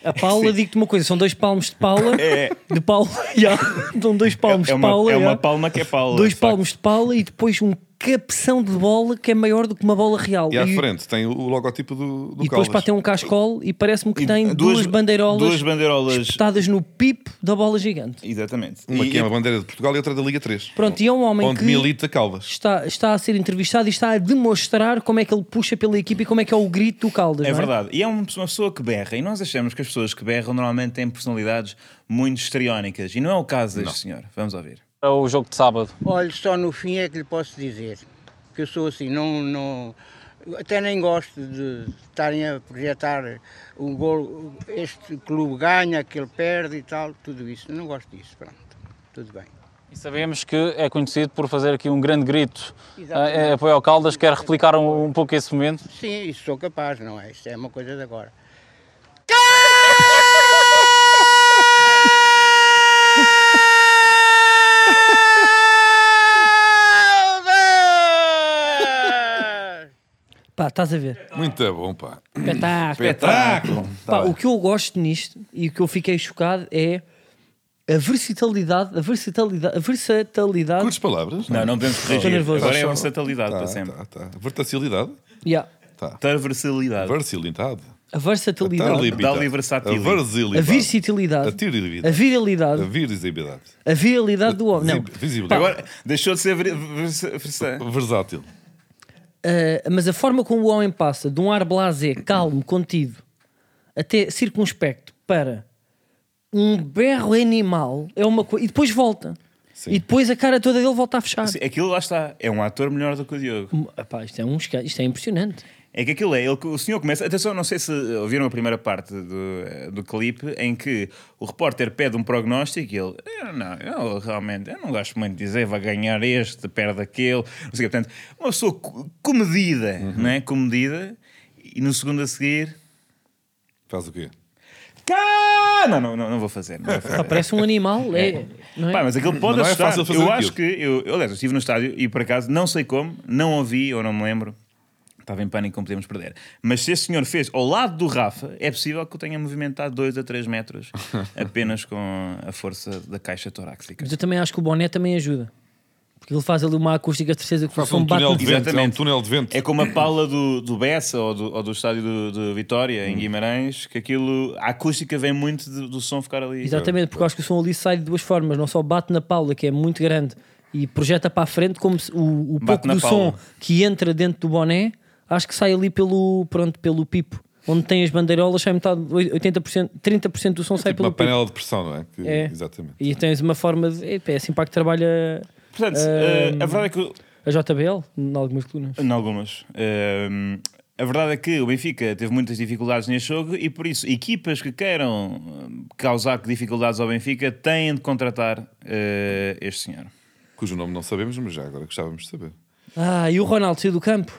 A: A pala, digo-te uma coisa, são dois palmos de pala.
C: É.
A: De pala, já. São dois palmos
C: É
A: de
C: uma,
A: pala.
C: é
A: já.
C: uma palma que é pala.
A: dois
C: de facto.
A: palmos de pala e depois um cabeção de bola que é maior do que uma bola real.
B: E à frente tem o, o logotipo do, do
A: e depois para
B: Caldas.
A: ter um cascol e parece-me que
C: E
A: tem duas, bandeirolas
C: Duas bandeirolas.
A: espetadas no pipo da bola gigante.
C: Exatamente.
A: um-
B: Uma
C: E-
B: que é uma bandeira de Portugal e outra da Liga 3.
A: Pronto, e é um homem
B: onde
A: que
B: milita Caldas.
A: está, está a ser entrevistado e está a demonstrar como é que ele puxa pela equipa e como é que é o grito do Caldas.
C: É
A: não
C: verdade. E é uma pessoa- uma pessoa que berra. E nós achamos que as pessoas que berram normalmente têm personalidades muito histriónicas. E não é o caso deste senhor. Vamos ouvir.
G: para É o jogo de sábado?
H: Olha, só no fim é que lhe posso dizer que eu sou assim, não, não até nem gosto de estarem a projetar um gol, este clube ganha, aquele perde e tal, tudo isso. Não gosto disso, pronto, tudo bem.
G: E sabemos que é conhecido por fazer aqui um grande grito
H: Exatamente.
G: eh, em apoio ao Caldas. Quer replicar um, um pouco esse momento?
H: Sim, isso sou capaz, não é? Isso é uma coisa de agora.
A: é? Pá, estás a ver.
B: Muito bom, pá.
A: Espetáculo.
C: Ah,
B: Espetáculo.
A: Pá,
B: Ah, Tá bem.
A: o que eu gosto nisto e o que eu fiquei chocado é a versatilidade, a versatilidade, a versatilidade.
B: Curtes palavras?
C: Não, não podemos
A: Estou
C: corrigir.
A: nervoso.
C: Agora é
A: Só-
C: uma satalidade para
B: Tá,
C: sempre.
B: tá, tá. Versatilidade?
A: Yeah.
B: Tá.
C: Traversalidade.
B: Versatilidade.
A: A
B: Tá
A: versatilidade,
B: libita.
C: Dá-lhe versatilidade.
B: A
A: a
B: versatilidade.
A: versatilidade,
B: A tirilidade.
A: a viralidade,
B: A visibilidade.
A: a viralidade do homem. Não,
B: Visi- Visibilidade.
C: Agora deixou de ser. ver- ver-
B: Tá.
C: versa-
B: Versátil.
A: Uh, mas a forma como o homem passa de um ar blasé, calmo, contido, até circunspecto, para um berro animal, é uma coisa. E depois volta. E depois a cara toda dele volta a fechar.
C: Sim, Aquilo lá está. É um ator melhor do que o Diogo.
A: Hum, epá, isto, é um, esca- isto é impressionante.
C: É que aquilo é, ele, o senhor começa. Atenção, não sei se ouviram a primeira parte do, eh, do clipe em que o repórter pede um prognóstico e ele, "Eu não, eu realmente, eu não gosto muito de dizer, vai ganhar este, perde aquele. Não sei o quê. Portanto, uma pessoa co- comedida, não é? Comedida, e no segundo a seguir,
B: Faz o quê?
C: cá! Não, não, não, não vou fazer. Não vou fazer.
A: Pá, parece um animal. É, não é?
C: Pá, mas aquilo pode
B: não é
C: assustar.
B: fácil fazer
C: eu
B: aquilo.
C: acho que. Eu, eu, aliás, eu estive no estádio e por acaso, não sei como, não ouvi ou não me lembro. Estava em pânico como podemos perder. Mas se esse senhor fez ao lado do Rafa, é possível que eu tenha movimentado 2 a 3 metros apenas com a força da caixa torácica.
A: Mas eu também acho que o boné também ajuda. Porque ele faz ali uma acústica de certeza que o
B: Faz
A: som
B: um
A: bate.
B: túnel
A: no-
B: de vento. É um
C: Exatamente.
B: túnel de vento.
C: É como a pala do, do Bessa ou do, ou do estádio do, do Vitória,
B: Hum.
C: em Guimarães, que aquilo, a acústica vem muito do, do som ficar ali.
A: Exatamente, porque eu acho que o som ali sai de duas formas. Não só bate na paula, que é muito grande, e projeta para a frente, como se o, o
C: Bate
A: pouco
C: na
A: do
C: paula.
A: som que entra dentro do boné, acho que sai ali pelo, pronto, pelo pipo. Onde tem as bandeirolas, sai metade, 80%, 30% do som sai
B: Tipo
A: pelo
B: uma
A: pipo.
B: panela de pressão, não é? Que-
A: É.
B: Exatamente.
A: E tens uma forma de. epá, É assim para que trabalha
C: Portanto, eh, a verdade é que
A: a JBL, em algumas colunas.
C: Em algumas. Ahm, a verdade é que o Benfica teve muitas dificuldades neste jogo e por isso equipas que queiram ahm, causar dificuldades ao Benfica têm de contratar eh, este senhor.
B: Cujo nome não sabemos, mas já agora gostávamos de saber.
A: Ah, e o Ronaldo saiu do campo.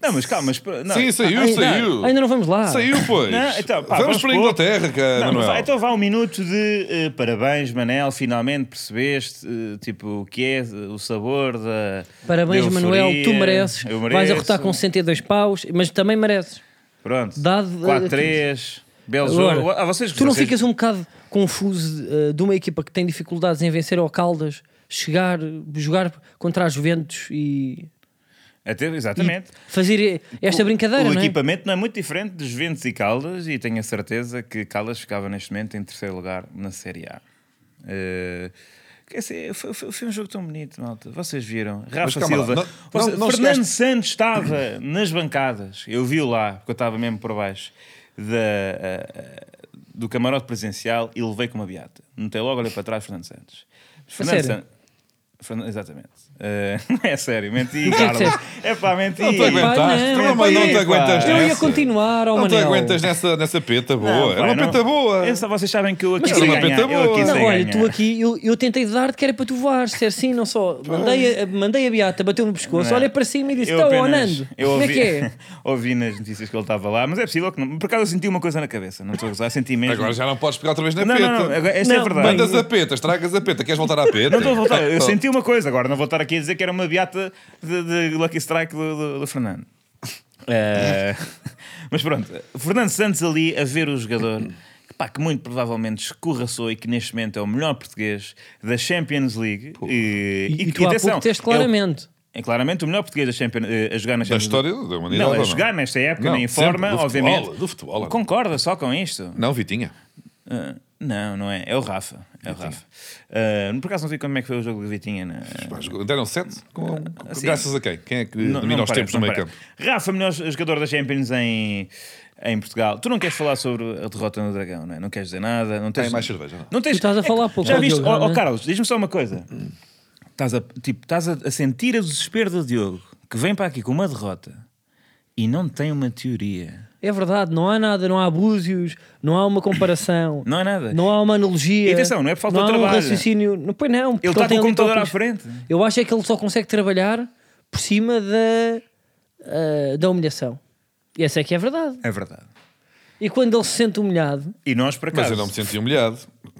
C: Não, mas calma, mas, não, ah,
B: Sim, saiu,
C: Ai,
B: saiu.
A: Ainda não vamos lá.
B: Saiu, pois.
C: Não, então, pá,
B: vamos,
C: vamos
B: para a
C: pôr-
B: Inglaterra, cara,
C: Não, mas
B: Manuel.
C: vai- então vá um minuto de eh, parabéns, Manel. Finalmente percebeste eh, tipo, o que é eh, o sabor da.
A: Parabéns,
C: da euforia.
A: Manuel, tu mereces.
C: Eu
A: Vais
C: mereço.
A: arrotar com 62 paus, mas também mereces.
C: Pronto.
A: Dado, eh,
C: 4-3. Belo
A: Agora,
C: jogo. Ah, vocês,
A: tu não
C: vocês-
A: ficas um bocado confuso eh, de uma equipa que tem dificuldades em vencer ao Caldas, chegar, jogar contra as Juventus e,
C: Até,
A: e
C: exatamente.
A: fazer esta
C: O-
A: brincadeira,
C: O
A: não é?
C: equipamento não é muito diferente dos Juventus e Caldas e tenho a certeza que Caldas ficava neste momento em terceiro lugar na Série A. Eh, Quer dizer, foi, foi- foi um jogo tão bonito, malta. Vocês viram? Rafa
B: calma lá,
C: Silva.
B: não-
C: Você-
B: não- não
C: Fernando
B: chegaste-
C: Santos estava nas bancadas. Eu vi-o lá, porque eu estava mesmo por baixo da, ah, ah, do camarote presencial e levei com uma beata. Notei logo, olhei para trás, Fernando Santos. Fernando
A: sério?
C: Fernando- Exatamente. Ah, Não é sério, menti,
A: que é que
C: Carlos. É pá, menti.
B: Não te aguentaste,
A: não,
B: tu não, mas não te
C: pá.
B: aguentaste
A: Eu ia
B: nessa.
A: continuar, ó
B: Não te
A: Manel.
B: aguentas nessa, nessa peta boa.
C: Não,
B: Era
C: pá,
B: uma
C: não. É
B: peta boa.
C: Eu só- vocês sabem que eu aqui
A: Mas
C: sei
A: era uma
C: ganhar.
B: peta
C: Eu aqui
B: boa.
A: Não,
C: sei
A: olha,
C: ganhar.
A: tu aqui, eu, eu tentei dar-te que era para tu voares, ser assim, não só. Mandei a, mandei a beata, bateu no pescoço,
C: Não. é?
A: olha para cima e disse:
C: Eu
A: Tá, ó
C: apenas-
A: Nando,
C: eu
A: como é
C: ouvi-
A: que é?
C: ouvi nas notícias que ele estava lá, mas é possível que não. Por acaso eu senti uma coisa na cabeça, não estou a gozar, senti mesmo.
B: Agora já não podes pegar outra vez na
C: Uhum. não,
B: peta.
C: não, não, agora- esta é
A: Não,
C: verdade.
B: Mandas a peta, estragas a peta. Queres voltar à peta?
C: Não estou a voltar, eu senti uma coisa, agora não vou estar aqui a dizer que era uma beata de, de Lucky Strike do, do- do Fernando.
B: É.
C: Eh, mas pronto, Fernando Santos ali a ver o jogador que, pá, que muito provavelmente escorraçou e que neste momento é o melhor português da Champions League. E,
A: E,
C: e
A: tu há
C: atenção,
A: pouco teste
C: é o-
A: claramente.
C: É claramente o melhor português da Champions, eh, a jogar na
B: Da
C: Champions
B: história
C: League.
B: da humanidade.
C: Não,
B: ou
C: a jogar nesta época,
B: Não,
C: nem em
B: sempre,
C: forma,
B: do futebol,
C: obviamente.
B: do futebol.
C: Concorda só com isto?
B: Não, Vitinha.
C: Ah, não, não é. É o Rafa. É o Rafa. Ah, por acaso não sei como é que foi o jogo do Vitinha. Na...
B: Pá, jogou- Deram 7?
C: assim-
B: Graças a quem? Quem é que domina
C: me
B: os
C: parece,
B: tempos no
C: não me
B: meio campo?
C: parece. Rafa, melhor jogador da Champions em, em Portugal. Tu não queres falar sobre a derrota no Dragão, não é? Não queres dizer nada. Não tens
B: Tem mais cerveja, não?
C: tens...
A: Tu estás a
C: É que-
A: falar pouco,
C: Já
A: ó,
C: viste?
A: Diogo,
C: Ó, ó,
A: realmente.
C: Carlos, diz-me só uma coisa. Estás a, tipo, estás a, a sentir a desespero do Diogo, que vem para aqui com uma derrota e não tem uma teoria.
A: É verdade, não há nada, não há abúzios, não há uma comparação,
C: Não é nada.
A: não há uma analogia.
C: E atenção, não é por falta
A: não
C: de
A: há
C: trabalho.
A: Um raciocínio. Não, pois não, porque
C: Ele está
A: tem
C: com o
A: ali
C: computador à
A: tópicos.
C: frente.
A: Eu acho é que ele só consegue trabalhar por cima da, ah, da humilhação. E essa é que é a verdade.
C: É verdade.
A: E quando ele se sente humilhado,
C: E nós, por
B: Mas
C: acaso.
B: eu não me senti humilhado.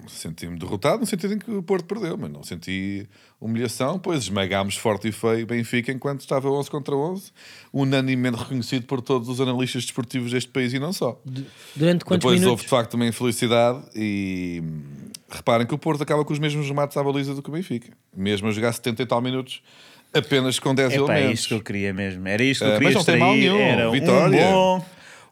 B: Senti-me derrotado no sentido em que o Porto perdeu, mas não senti humilhação, pois esmagámos forte e feio Benfica enquanto estava 11 contra 11, unanimemente reconhecido por todos os analistas desportivos deste país e não só.
A: durante quantos
B: Depois houve
A: minutos?
B: de facto uma infelicidade e hum, reparem que o Porto acaba com os mesmos remates à baliza do que o Benfica, mesmo a jogar 70 e tal minutos, apenas com 10
C: Epá, é
B: elementos.
C: isto que eu queria mesmo. Era isto que eu
B: Ah,
C: queria
B: mas não tem mal
C: extrair.
B: nenhum.
C: Era
B: Vitória.
C: um bom,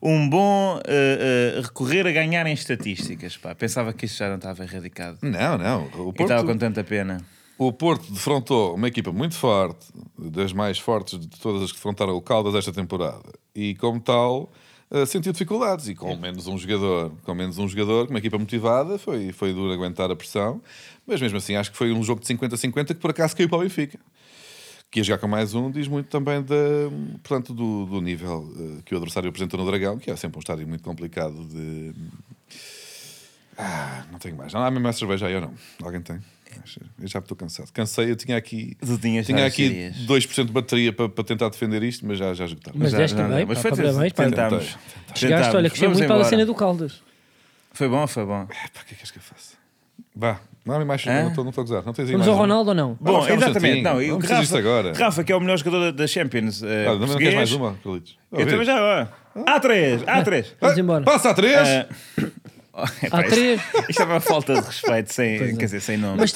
C: um bom ah, ah, recorrer a ganhar em estatísticas. Pá. Pensava que isto já não estava erradicado.
B: Não, não. O
C: E estava
B: Porto,
C: com tanta pena.
B: o Porto defrontou uma equipa muito forte, das mais fortes de todas as que defrontaram o Caldas esta temporada, e como tal ah, sentiu dificuldades e com menos um jogador, com menos um jogador, com uma equipa motivada, foi, foi duro aguentar a pressão, mas mesmo assim acho que foi um jogo de 50-50 que por acaso caiu para o Benfica. que ia jogar com mais um, diz muito também da, portanto, do, do nível eh, que o adversário apresentou no Dragão, que é sempre um estádio muito complicado de. Ah, não tenho mais. Não há mesmo mais cerveja aí ou não? Alguém tem? Eu já estou cansado. Cansei, eu tinha aqui,
C: Tu tinhas
B: tinha
C: várias
B: aqui
C: teorias.
B: 2% de bateria para, para tentar defender isto, mas já, já esgotaram.
A: Mas
C: Já-
A: deste
C: já-
A: bem, pá,
C: foi-
A: parabéns, pá.
C: tentámos.
A: Chegaste, olha,
C: Tentámos.
A: gostei
C: Vamos
A: muito pela
C: embora.
A: cena do Caldas.
C: Foi bom, foi bom.
B: Ah, pá, o que é que és que eu faço? Vá, não há mesmo mais
C: Hã?
B: cerveja, não estou- não estou a gozar. Não tens aí
A: Vamos
B: mais
A: ao
B: um?
A: Ronaldo ou não?
B: Vamos
C: Bom,
B: buscar um
C: exatamente.
B: santinho.
C: Não, e o
B: Vamos fazer isto
C: Rafa,
B: agora.
C: Rafa, que é o melhor jogador da Champions. eh,
B: Ah, não queres
C: português.
B: mais uma, Carlitos? Ah,
C: Eu também já. ó. Há três, há três.
A: Vamos embora.
B: Passa a 3!
C: Ah,
A: Há
C: epá, isto-
A: três. é.
C: Isto é uma falta de respeito, sem, quer dizer, sem nome.
A: Mas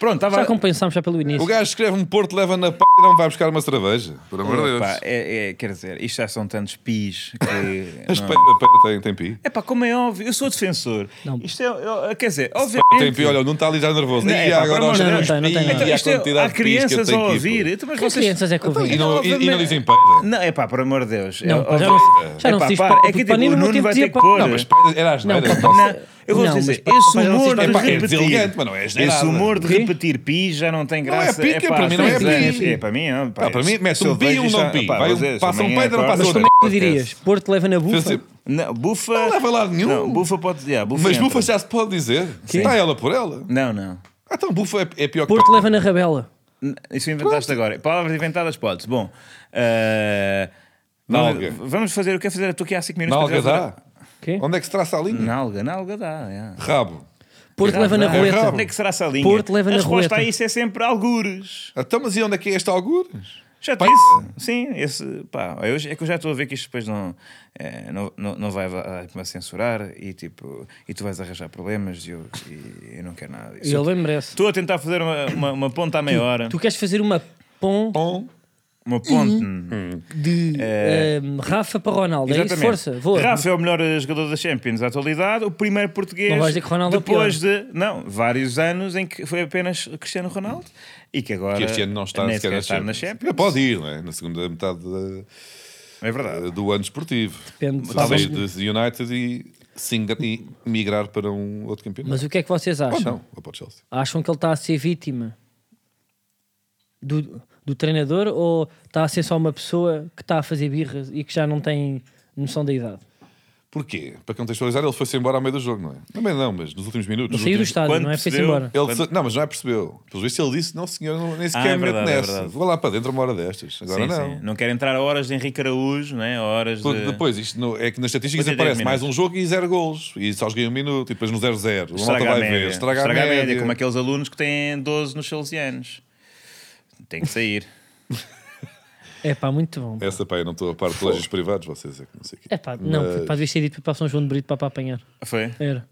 C: Pronto, estava.
A: já compensámos já pelo
B: O
A: início.
B: gajo escreve-me Porto, leva na p e não vai buscar uma cerveja. Por amor de Deus.
C: Epá, é- é, quer dizer, isto já são tantos pis que.
B: Mas
C: não-
B: pe- a pera tem, tem pi.
C: É pá, como é óbvio, eu sou defensor.
A: Não.
C: Isto é, eu- quer dizer,
B: Tem
C: obviamente.
B: pi, olha, não está ali já nervoso.
C: Não,
B: e
C: é pá,
B: agora
C: pelo
B: os
A: amor de Deus,
B: meus
A: não tem, não
B: pi
A: tem nada.
B: e
C: Então,
B: a
C: isto é-
B: quantidade de
C: há
B: pis que eu
C: crianças a
B: tenho que
C: ouvir.
B: ir,
C: Então, mas
A: Que
C: vocês-
A: crianças é que ouvem?
B: E não, e, e não
C: Obviamente.
B: dizem peida.
C: Não, é pá, por amor de Deus.
A: Não,
C: É,
A: pá, já
C: óbvio-
A: não- já não
C: Epá,
A: se diz
C: pá,
A: pa-
C: É que tipo,
A: Panini
C: o
A: não
C: Nuno
A: teve
C: vai
A: de
C: ter
A: dizer
C: que
A: pa-
C: pôr. eh,
B: Não, mas peida era as
A: Não,
B: neiras.
A: pá,
C: Não, eu vou
A: Não,
B: assim,
C: dizer,
A: mas
C: esse
A: pá, já não
C: humor
A: se
C: de
A: diz pa-
B: É
C: repetir,
B: deselegante, mas não é
C: esse
B: asneirada.
C: humor de
A: Quê?
C: repetir pi já não tem
B: é
C: graça.
B: pica, para mim não
A: é
C: estranho.
B: pi.
C: É, para mim não. pá,
B: Ah, para mim, mete
C: se eu
B: um pi
C: vejo
B: e um
C: isto,
B: não pi.
C: pá,
B: Vai
C: vou
B: um-
C: dizer,
B: passa um
C: amanhã é
B: peido, não passa
A: Mas
C: próximo.
A: como é que tu dirias? Porto leva na bufa?
B: Sim.
C: Não, bufa.
B: Não leva a lado nenhum.
C: Não, bufa pode. Yeah, bufa
B: Mas
C: entra.
B: bufa já se pode dizer. Está ela por ela.
C: Não, não.
B: Ah, então bufa é, é pior que
A: Porto
B: peida.
A: leva na rabela.
C: N- Isso inventaste agora. Palavras inventadas podes. Bom. eh,
B: Nalga.
C: vamos- Vamos fazer o que é fazer? Estou aqui há 5 minutos.
B: Na
C: para
B: alga
C: fazer-
B: dá.
A: Quê?
B: Onde é que se traça a linha?
C: Nalga, nalga dá. yeah.
B: Rabo.
A: Porto leva na
C: Dá.
A: roleta.
C: Onde é que será essa linha?
A: Porto leva
C: a
A: na
C: resposta a
A: roleta.
C: isso é sempre algures.
B: Então, mas e onde é que é este algures?
C: Já te
B: Pá,
C: disse. Sim, esse. Pá, eu, é que eu já estou a ver que isto depois não, eh, não, não, não vai me censurar e tipo. E tu vais arranjar problemas e eu, e eu não quero nada disso.
A: Ele merece.
C: Estou a tentar fazer uma, uma, uma ponta à meia hora.
A: Tu queres fazer uma pom...
B: Pom.
C: Uma
B: Uhum.
C: ponte. Hum.
A: de ehm, Rafa para Ronaldo. Uhum. É isso,
C: É. Exatamente.
A: força. Vou.
C: Rafa é o melhor eh, jogador da Champions da atualidade, o primeiro português.
A: Não vais dizer que Ronaldo é o
C: depois de não vários anos em que foi apenas Cristiano Ronaldo e que agora
B: que este ano não está
C: nem
B: sequer
C: sequer
B: na
C: está na
B: Champions.
C: Champions.
B: Pode ir, não é? Na segunda metade da-
C: É verdade.
B: do ano esportivo.
A: Depende.
B: Sair de United e, singa- e migrar para um outro campeonato.
A: Mas o que é que vocês
B: Ou
A: acham?
B: não, ou para o Chelsea.
A: Acham que ele está a ser vítima do, do treinador ou está a ser só uma pessoa que está a fazer birras e que já não tem noção da idade?
B: Porquê? Para contextualizar, ele foi-se embora ao meio do jogo, não é? Também não, mas nos últimos minutos.
A: Ele saiu do
B: nos últimos-
A: estádio,
C: tipo, quando
A: não é? Foi-se
C: percebeu-
A: embora.
B: Ele se- Não, mas não é percebeu. Pelo visto, ele disse: Não, senhor, não- nem sequer
C: Ah, é
B: me meto
C: verdade, é
B: nessa.
C: verdade.
B: Vou lá para dentro uma hora destas. Agora
C: Sim,
B: não.
C: sim. Não quer entrar a horas de Henrique Araújo, né? a horas
B: Porque
C: de.
B: Depois, isto no- é que nas estatísticas
C: Depois é
B: aparece
C: 10
B: mais um jogo e zero golos. E só joguei um minuto, e depois no 0-0. O malta
C: Estraga a
B: vai
C: média.
B: ver. Estraga, a média.
C: como é aqueles alunos que têm 12 nos 12 anos. Tem que sair.
A: É pá, muito bom.
B: Essa, pá, eu não estou a par de colégios privados, vocês é que não sei o quê.
A: É pá, não,
B: Mas-
A: para devia ser dito para São João de Brito para, para apanhar.
C: Foi?
A: Era.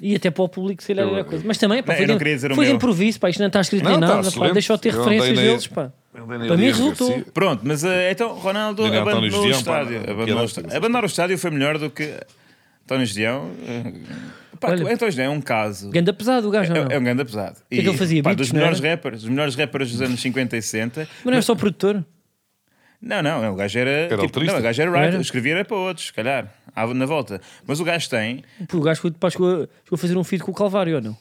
A: E até para o público, se calhar
B: Eu-
A: era coisa. Mas também, pá,
C: Não,
A: foi,
C: eu não
A: de,
C: queria dizer o
A: foi de
C: meu.
A: improviso, pá, isto não está escrito
B: Não,
A: nem
B: está
A: nada, pá,
B: excelente.
A: deixa eu ter
B: Eu andei
A: referências
B: na-
A: deles, pá.
B: Eu dei na
A: Para mim
B: Elias
A: resultou.
B: Garcia.
C: Pronto, mas eh, então Ronaldo
B: Daniel António
C: abandonou o
B: Gedeão, pá,
C: estádio.
B: que
C: Abandonou o
B: era-
C: estádio. Abandonar o estádio foi melhor do que António Gedeão. eh, Pá,
A: Olha-
C: António Gedeão é um caso.
A: Ganda pesado o gajo, não, não.
C: É, é um grande pesado.
A: que é que ele fazia?
C: Pá,
A: Beats,
C: dos
A: não
C: melhores
A: era?
C: rappers, dos melhores rappers dos anos 50 e 60.
A: Mas não é só produtor?
C: Não, não, o gajo era. tipo,
B: letrista.
C: não, o gajo era writer,
A: Era?
C: escrevia era para outros, se calhar, à- na volta. Mas o gajo tem,
A: Pô, o gajo foi, pá, chegou, a- chegou a fazer um feed com o Calvário, ou não?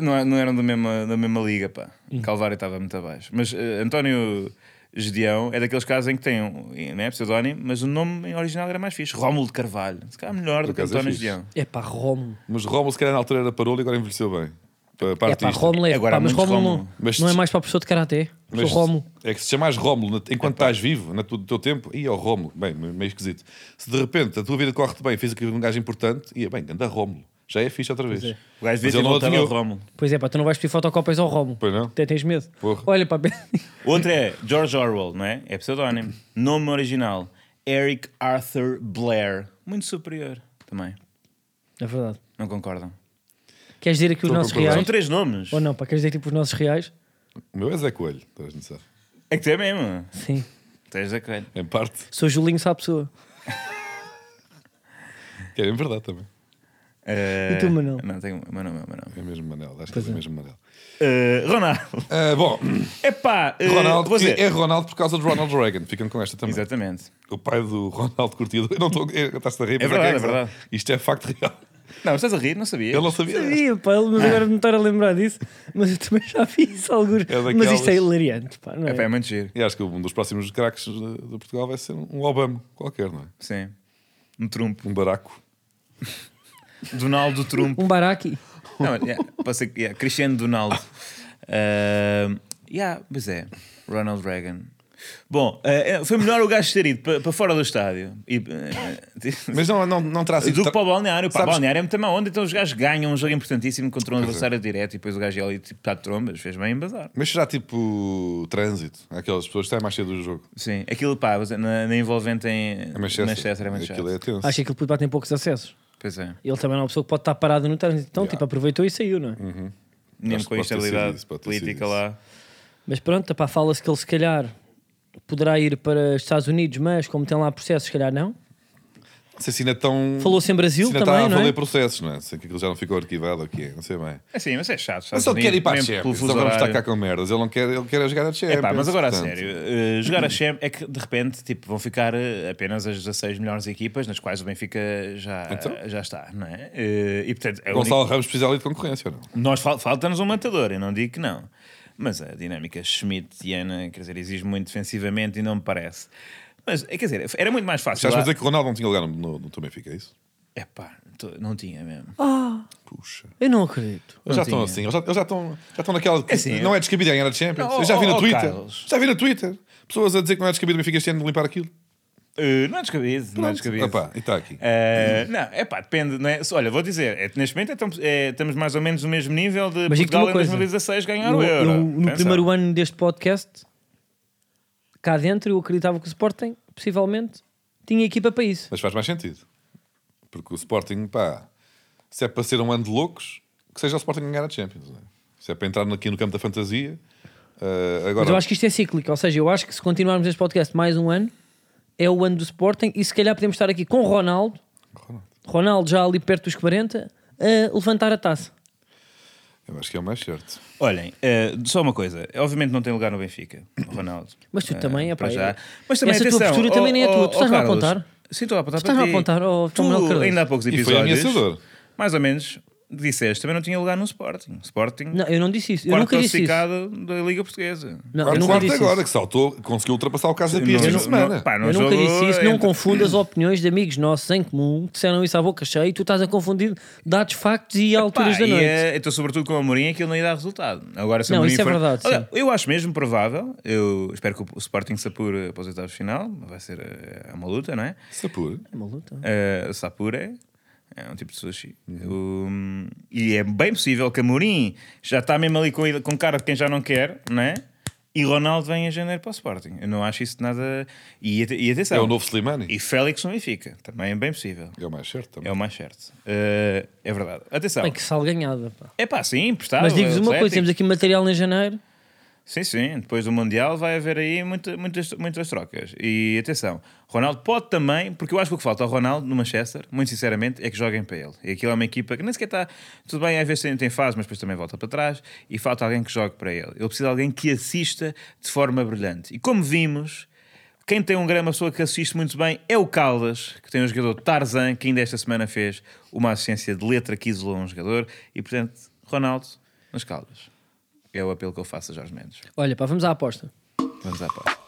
C: não, é- não eram da mesma, da mesma liga, pá.
A: Hum.
C: Calvário estava muito abaixo. Mas eh, António Gedeão é daqueles casos em que tem um né, pseudónimo, mas o nome em original era mais fixe. Rómulo de Carvalho. Se calhar melhor do que
B: acaso é
C: António
B: fixe.
C: Gedeão.
A: É pá, Rómulo.
B: Mas Romulo, se calhar na altura era parolo e agora envelheceu bem. Para, para
A: É pá,
B: artista.
A: Rómulo é.
C: Agora
A: Pá,
C: há
A: mas
C: muitos
A: Rómulo não,
C: Rómulo.
B: Mas-
A: não é mais para a pessoa de karaté. Sou
B: Mas
A: Rómulo.
B: É que se chamas Rómulo na- enquanto estás vivo, na tu- no teu tempo, e ao Rómulo, bem, meio esquisito. Se de repente a tua vida corre-te bem, fiz aqui um gajo importante, e é bem, anda Rómulo. Já é fixe outra vez.
C: O gajo
B: Mas
C: devia ter
B: ele não
C: voltado
B: atingiu.
C: ao Rómulo.
A: Pois é, pá, tu não vais pedir fotocópias ao Rómulo.
B: Pois não.
A: Até tens medo.
B: Porra.
A: Olha, pá,
C: Outro é George Orwell, não é? É pseudónimo. Nome original: Eric Arthur Blair. Muito superior também.
A: é verdade.
C: Não concordam?
A: Queres dizer aqui os
B: Estou a
A: nossos
B: concordar.
A: reais?
C: São três nomes.
A: Ou não, pá, queres dizer tipo os nossos reais?
B: O meu é Zé Coelho, estás a noção.
C: É que tu é mesmo.
A: Sim.
C: Tu és da coelho.
B: Em parte,
A: Sou Julinho, sabe pessoa.
B: que é em verdade também.
A: E
C: Eh,
A: tu, Manel?
C: Não, tenho Manel, Manel, Manel.
B: É mesmo Manel, acho que é, o mesmo Manel.
C: Eh, Ronaldo.
B: Ah, bom,
C: Epá, eh,
B: Ronaldo,
C: vou dizer.
B: é Ronaldo por causa de Ronald Reagan, ficam com esta também.
C: Exatamente.
B: O pai do Ronaldo Curtido, eu não estou estás a rir, mas
C: verdade,
B: que
C: é
B: verdade.
C: verdade.
B: Isto é facto real.
C: Não, estás a rir? Não sabia.
B: Ele não sabia.
A: Sabia, pá, mas agora me estar a lembrar disso. Mas eu também já vi isso alguns.
B: daquelas-
A: Mas isto é hilariante, pá, não é?
C: Epá, é muito giro.
B: E acho que um dos próximos craques de, de Portugal vai ser um Obama qualquer, não é?
C: Sim. Um trumpo.
B: Um baraco.
C: Donaldo Trumpo.
A: Um baraki.
C: não, yeah, pode ser, yeah, Cristiano Donaldo. Eh, yeah, pois é. Ronald Reagan. Bom, eh, eh, foi melhor o gajo ter ido para, para fora do estádio. E, eh,
B: Mas não, não, não terá sido.
C: do que
B: tra-
C: para o balneário. Para o
B: Então, Sabes- é.
C: balneário é muito má onda. Então os gajos ganham um jogo importantíssimo contra um adversário direto e depois o gajo ia ali tipo, está de trombas. Fez bem em bazar.
B: Mas será tipo trânsito? Aquelas pessoas que saem mais cedo do jogo.
C: Sim, aquilo pá, na, na envolvente em
B: É Manchester.
C: Manchester é muito chato.
B: Aquilo é tenso.
A: Acho que aquele puto pá tem poucos acessos.
C: Pois é,
A: Ele também é uma pessoa que pode estar parado no trânsito. Então, tipo, aproveitou e saiu, não é?
B: Acho que pode
C: mesmo com a
B: ter sido
C: instabilidade
B: isso, pode ter sido
C: política
B: isso.
C: lá.
A: Mas pronto, pá, fala-se que ele se calhar poderá ir para os Estados Unidos, mas como tem lá processos, se calhar não.
B: Não sei se ainda estão.
A: Falou-se em Brasil
B: se ainda
A: também,
B: está a
A: não é?
B: valer processos, não é? Sei que aquilo já não ficou arquivado aqui, não sei bem.
C: É sim, mas é chato.
B: Mas
C: Estados
B: ele quer
C: Unidos,
B: ir para a
C: mesmo pelo
B: Champions,
C: fuso
B: só vamos estar
C: horário.
B: cá com merdas. Ele não quer, ele quer é jogar a Champions.
C: É pá, mas agora a
B: portanto.
C: sério, eh, jogar a Champions é que de repente tipo, vão ficar eh, apenas as 16 melhores equipas nas quais o Benfica já,
B: Então?
C: já está, não é? Eh, E portanto, é o
B: Gonçalo Ramos precisa ali de concorrência, ou não?
C: Nós fal- falta-nos um matador, eu não digo que não. Mas a dinâmica schmidtiana, quer dizer, exige muito defensivamente e não me parece. Mas, eh, quer dizer, era muito mais fácil.
B: Estás a
C: lá-
B: dizer que o Ronaldo não tinha lugar no, no, no também fica é isso?
C: Epá, tô- não tinha mesmo.
B: Oh. Puxa.
A: Eu não acredito.
B: Eles já
C: tinha.
B: estão assim, eles já, eles já estão, já estão naquela. de que
C: É assim,
B: não é descabido ganhar a Champions.
C: Não,
B: eu já vi
C: oh,
B: no
C: oh,
B: Twitter.
C: Carlos.
B: Já vi no Twitter. Pessoas a dizer que não é descabido o Benfica este ano de limpar aquilo.
C: Eh, não é descabido, não é descabido.
B: Opa, e está aqui.
C: Eh, não, é pá, depende. Não é? Se- Olha, vou dizer, é, que neste momento é tão- é, estamos mais ou menos no mesmo nível de
A: Mas digo-te
C: Portugal
A: uma
C: em
A: coisa.
C: 2016 ganhar
A: Eu-
C: o
A: eu,
C: Euro.
A: no
C: Atenção.
A: primeiro ano deste podcast, cá dentro, eu acreditava que o Sporting, possivelmente, tinha equipa para isso.
B: Mas faz mais sentido. Porque o Sporting, pá, se é para ser um ano de loucos, que seja o Sporting a ganhar a Champions. Não é? Se é para entrar aqui no campo da fantasia, Eh,
A: Mas eu
B: agora,
A: acho que isto é cíclico, ou seja, eu acho que se continuarmos este podcast mais um ano, é o ano do Sporting e se calhar podemos estar aqui com Ronaldo, Ronaldo já ali perto dos 40, a levantar a taça.
B: eu acho que é o mais certo.
C: Olhem, eh, só uma coisa. Obviamente não tem lugar no Benfica, o Ronaldo.
A: Mas tu
C: Eh,
A: também, é
C: para
A: pá,
C: já.
A: é-
C: Mas também,
A: essa tua
C: atenção, oh,
A: postura também nem é tua. Tu estás-me a
C: Carlos,
A: apontar?
C: Sim, estou a apontar
A: Estás-me
C: para
A: a
C: ti.
A: apontar, ó,
C: tu,
A: Manuel Cardoso.
C: ainda há poucos
B: E foi a
C: episódios,
B: minha cedora.
C: mais ou menos, disseste, também não tinha lugar no Sporting. Sporting,
A: Não, eu não disse isso, eu
C: quarto
A: nunca disse isso.
C: classificado da Liga Portuguesa.
A: Não, eu
B: Quarto
A: nunca
B: quarto
A: disse
B: agora,
A: isso.
B: que saltou, conseguiu ultrapassar o Casa Pia
C: não-
B: esta
C: não-
B: semana.
C: pá, não
A: Eu nunca
C: jogou,
A: disse isso, não
C: entra-
A: confundas opiniões de amigos nossos em comum que disseram isso à boca cheia e tu estás a confundir dados, factos e alturas
C: Pá,
A: da
C: e,
A: noite.
C: eh, Então, sobretudo com o Amorim, aquilo não ia dar resultado. Agora, se o
A: Não,
C: Amorim
A: isso é
C: for-
A: verdade,
C: Olha,
A: sim.
C: eu acho mesmo provável. Eu espero que o- o Sporting se apure para os oitavos de final. Vai ser eh, uma luta, não é?
B: Isso é puro.
A: É uma luta.
C: Eh, sapura é um tipo de sushi. Um, e é bem possível que Amorim já está mesmo ali com, a- com cara de quem já não quer, não é? E Ronaldo vem em janeiro para o Sporting. Eu não acho isso nada. E, ate- e atenção.
B: É o novo Slimani.
C: E Félix não fica. Também é bem possível.
B: É o mais certo também.
C: É o mais certo. Eh, é verdade. Atenção.
A: Bem, que sal ganhada. Pá.
C: É pá, sim, emprestado.
A: Mas digo-vos uma
C: Atlético.
A: coisa: temos aqui material em janeiro.
C: Sim, sim. Depois do Mundial vai haver aí muita- muitas, muitas trocas. E atenção, Ronaldo pode também, porque eu acho que o que falta ao Ronaldo no Manchester, muito sinceramente, é que joguem para ele. E aquilo é uma equipa que nem sequer está. Tudo bem, às vezes tem, tem fase, mas depois também volta para trás. E falta alguém que jogue para ele. Ele precisa de alguém que assista de forma brilhante. E como vimos. Quem tem um grande pessoa que assiste muito bem é o Caldas, que tem um jogador Tarzan, que ainda esta semana fez uma assistência de letra que isolou um jogador. E portanto, Ronaldo, nas Caldas. É o apelo que eu faço a Jorge Mendes.
A: Olha, pá, vamos à aposta.
C: Vamos à pausa.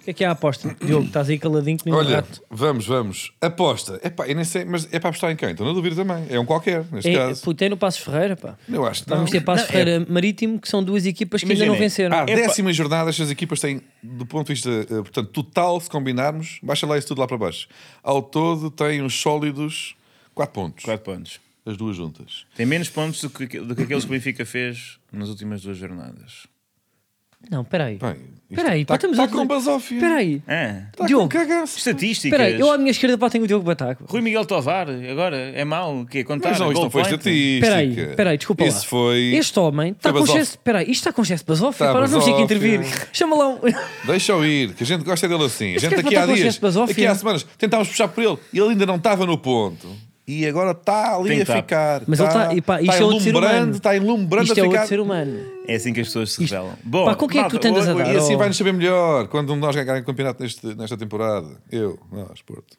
A: O que é que é a aposta? Diogo, estás aí caladinho que nem um
B: Olha,
A: rato.
B: vamos, vamos. Aposta. Epá, eu nem sei, mas é para apostar em quem? Estou na dúvida também. É um qualquer, neste
A: É,
B: caso.
A: putei no Passos Ferreira, pá.
B: Eu acho que não. é-
A: Vamos ter Passos Ferreira Marítimo, que são duas equipas que ainda não
C: Imaginem,
A: venceram.
B: À
A: Ah,
B: décima jornada, estas equipas têm, do ponto de vista, eh, portanto, total, se combinarmos, baixa lá isso tudo lá para baixo. Ao todo, têm uns sólidos 4 pontos.
C: 4 pontos.
B: As duas juntas.
C: Tem menos pontos do que, do que aqueles que o Benfica fez nas últimas duas jornadas.
A: Não, peraí.
B: Bem, isto
A: Peraí,
B: está,
A: pá, estamos
B: está
A: a-
B: com basófia.
A: Peraí.
C: Ah,
B: Está
A: Diogo, é
B: com cagaço.
C: estatísticas.
A: Peraí, eu à minha esquerda pá tenho o Diogo Bataco.
C: Rui Miguel Tovar, agora é mau. O quê? Contar?
B: Mas não, isto
C: Goal
B: não foi
C: point?
B: estatística.
A: Peraí, peraí, desculpa lá.
B: Isso foi...
A: Este homem está
B: foi
A: com
B: basófia.
A: excesso. Peraí, isto está com excesso de basófia.
B: Está
A: pá, nós vamos ter que
B: basófia.
A: intervir. Chama lá um.
B: Deixa-o ir, que a gente gosta dele assim. A
A: Este
B: gente
A: gajo
B: aqui
A: não
B: há
A: está com
B: dias,
A: gesto basófia.
B: aqui há semanas, tentámos puxar por ele e ele ainda não estava no ponto. E agora está ali
C: Tem
B: a
C: que tá.
B: ficar. tá
A: Mas ele está. e pá, Isto é outro ser humano.
B: enlumbrando, está enlumbrando a
A: Isto é outro
B: ficar.
A: ser humano.
C: É assim que as pessoas se revelam. Bom,
A: Pá, com quem é que tu
C: malta,
A: tendas a
C: hoje-
A: dar?
B: E assim
A: Oh.
B: vai-nos saber melhor quando nós ganharmos o campeonato neste- nesta temporada. Eu, nós, Porto.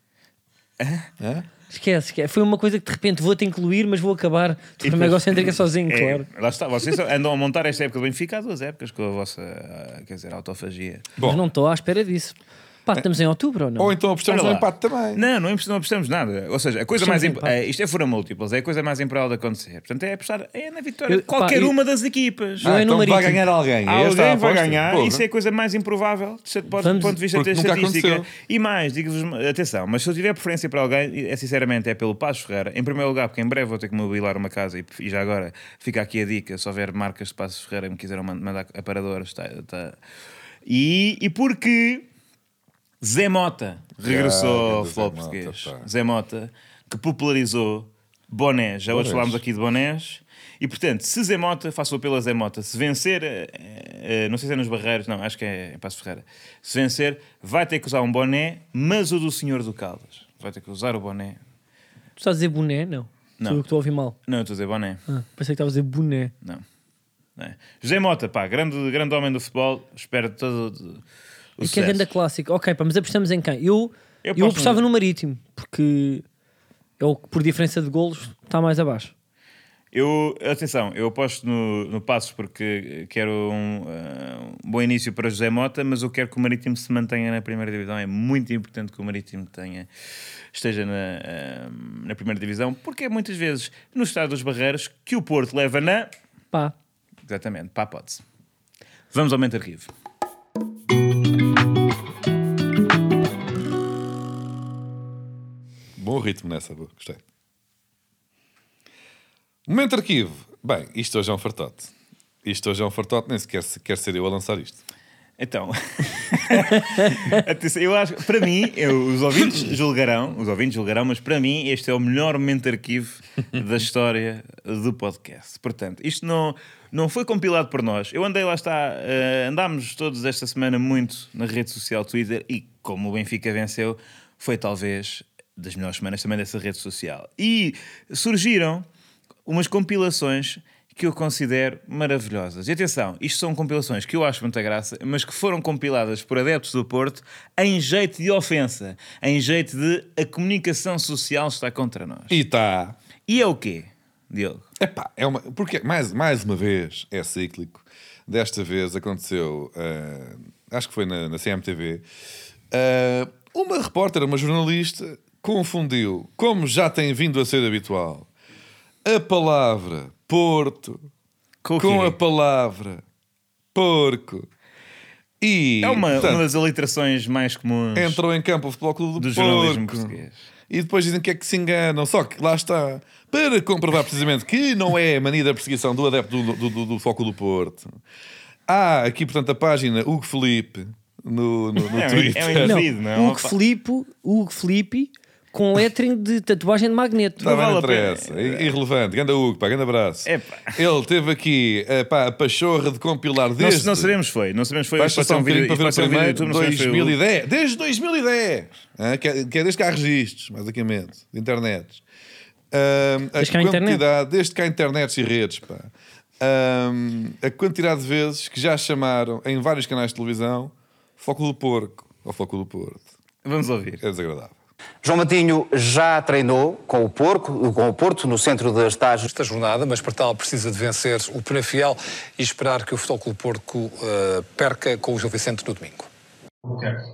B: Hã?
A: Esquece, esquece. Foi uma coisa que de repente vou-te incluir, mas vou acabar Tipo, um de forma egocêntrica sozinho,
C: É,
A: claro.
C: Lá está, vocês andam a montar esta época do Benfica há duas épocas com a vossa, ah, quer dizer, autofagia.
A: Mas não estou à espera disso.
C: É.
A: Pá, estamos em outubro ou não?
B: Ou então apostamos
C: Olha
B: no
C: lá.
B: empate também.
C: Não, não, apostamos- não apostamos nada. Ou seja, a coisa
A: Apostamos
C: mais.
A: em
C: imp-
A: empate.
C: eh, isto é fora múltiplas, é a coisa mais improvável de acontecer. Portanto, é apostar é na vitória
A: Eu-
C: de qualquer
A: pá, eu-
C: uma das equipas.
A: Não
B: Ah,
A: é no
B: então vai
A: marítimo.
B: ganhar alguém. É esta a
C: Alguém vai
B: aposta?
C: ganhar,
B: Porra.
C: isso é a coisa mais improvável de ser- do ponto,
A: Vamos-
C: ponto de vista da
B: Porque nunca
C: estatística.
B: aconteceu.
C: E mais, digo-vos, atenção, mas se eu tiver preferência para alguém, é sinceramente é pelo Paz Ferreira. Em primeiro lugar, porque em breve vou ter que mobilar uma casa e, e já agora fica aqui a dica: se houver marcas de Passos Ferreira que me quiseram man- mandar aparadores, tá, tá. E, e porque Zé Mota regressou
B: Ah,
C: ao
B: grande Zé
C: futebol
B: Mota,
C: português.
B: pá.
C: Zé Mota, que popularizou Bonés. Já hoje
B: Bonés.
C: falámos aqui de Bonés. E portanto, se Zé Mota, faço o apelo a Zé Mota, se vencer, eh, eh, não sei se é nos Barreiros, não, acho que é em Passo Ferreira. Se vencer, vai ter que usar um boné, mas o do Senhor do Caldas. Vai ter que usar o boné.
A: Tu estás a dizer boné? Não. Sou
C: Não.
A: eu que estou a ouvir mal.
C: Não, eu estou a dizer boné.
A: Ah, pensei que é estavas a dizer boné.
C: Não. Não é. José Mota, pá, grande, grande homem do futebol, espero todo o
A: E que é
C: sucesso.
A: grande clássica. Ok, pá, mas apostamos em quem? Eu,
C: Eu
A: eu,
C: aposto
A: apostava
C: no-
A: no Marítimo, porque é o que por diferença de golos está mais abaixo.
C: Eu, atenção, eu aposto no, no Passos porque quero um, eh, um bom início para José Mota, mas eu quero que o Marítimo se mantenha na primeira divisão. É muito importante que o Marítimo tenha, esteja na, eh, na primeira divisão, porque é muitas vezes no estado dos barreiros que o Porto leva na.
A: Pá,
C: Exatamente, para a hipótese. Vamos ao Mente Arquivo.
B: Bom ritmo nessa, boa, gostei. Momento arquivo. Bem, isto hoje é um fartote. Isto hoje é um fartote, nem sequer se- quero ser eu a lançar isto.
C: Então, Atenção, eu acho, para mim, eu- os ouvintes julgarão, os ouvintes julgarão, mas para mim este é o melhor momento de arquivo da história do podcast. Portanto, isto não, não foi compilado por nós. Eu andei lá está, eh, andámos todos esta semana muito na rede social Twitter e como o Benfica venceu, foi talvez das melhores semanas também dessa rede social. E surgiram umas compilações que eu considero maravilhosas. E atenção, isto são compilações que eu acho muita graça, mas que foram compiladas por adeptos do Porto em jeito de ofensa, em jeito de a comunicação social está contra nós.
B: E tá. está.
C: E é o quê, Diogo?
B: Epá, é uma, porque mais, mais uma vez é cíclico. Desta vez aconteceu, ah, acho que foi na, na CMTV, ah, uma repórter, uma jornalista, confundiu, como já tem vindo a ser habitual, a palavra Porto
C: Com o
B: com
C: quê?
B: a palavra porco. E,
C: É uma,
B: portanto, então,
C: uma das aliterações mais comuns
B: entrou em campo o Futebol Clube do,
C: do jornalismo
B: Porco.
C: português.
B: E depois dizem que é que se enganam. Só que lá está. Para comprovar precisamente que não é a mania da perseguição do adepto do, do, do, do Foco do Porto, há aqui, portanto, a página Hugo Felipe no, no, no
C: É um-
B: Twitter.
C: é um indivíduo. Duvido, não é?
A: Hugo
C: Opa.
A: Felipe, Hugo Felipe com lettering de tatuagem de magneto.
B: Está Tá bem,
C: vale
B: não
C: a pena.
B: interessa. I- Irrelevante. Ganda Hugo, pá, grande abraço.
C: Epá.
B: Ele teve aqui eh, pá, a pachorra de compilar
C: Não,
B: desde...
C: não sabemos foi, não sabemos foi.
B: Basta
C: isto pode ser
B: só um bocadinho
C: vídeo-
B: para ver o
C: isto pode ser
B: primeiro,
C: vídeo do YouTube, não sabemos foi o-
B: 2010. Desde 2010. ah, Que é, que é desde que há registros, basicamente, de internet. Ahm, a
A: Desde que há internet.
B: quantidade- desde que há internet e redes, pá. Ahm, a quantidade de vezes que já chamaram em vários canais de televisão Foco do Porco ou Foco do Porto.
C: Vamos ouvir.
B: É desagradável.
I: João Matinho já treinou com o, Porco, com o Porto no centro de estágios.
J: esta jornada, mas para tal precisa de vencer o Penafiel e esperar que o Futebol Clube Porco eh, perca com o Gil Vicente no domingo.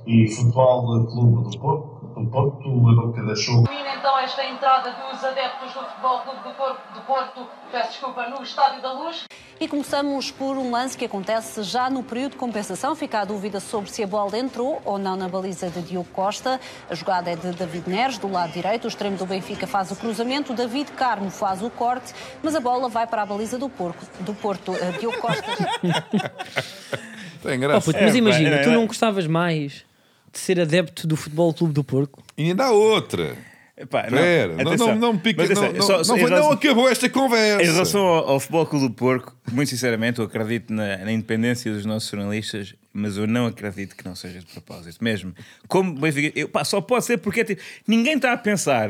E: E Futebol Clube do Porto, do Porto, a boca da chuva.
K: então esta entrada dos adeptos do Futebol Clube do Porto, do Porto, peço desculpa, no Estádio da Luz. E começamos por um lance que acontece já no período de compensação. Fica a dúvida sobre se a bola entrou ou não na baliza de Diogo Costa. A jogada é de David Neres, do lado direito. O extremo do Benfica faz o cruzamento. David Carmo faz o corte, mas a bola vai para a baliza do, porco, do Porto. Eh, Diogo Costa...
B: Tem
A: Oh,
B: graça.
A: puto, mas
C: É,
A: imagina,
C: pá,
A: tu
C: é,
A: não
C: é.
A: gostavas mais de ser adepto do Futebol Clube do Porco?
B: E ainda há outra.
C: Epá,
B: Espera, não, não,
C: atenção.
B: não, me pica.
C: Mas,
B: Não,
C: atenção,
B: não,
C: só-
B: não
C: só em
B: foi- não
C: relação-
B: acabou esta conversa.
C: Em relação ao, ao Futebol Clube do Porco, muito sinceramente, eu acredito na, na independência dos nossos jornalistas, mas eu não acredito que não seja de propósito, mesmo. Como Benfica, eu, pá, só pode ser porque é tipo, ninguém está a pensar.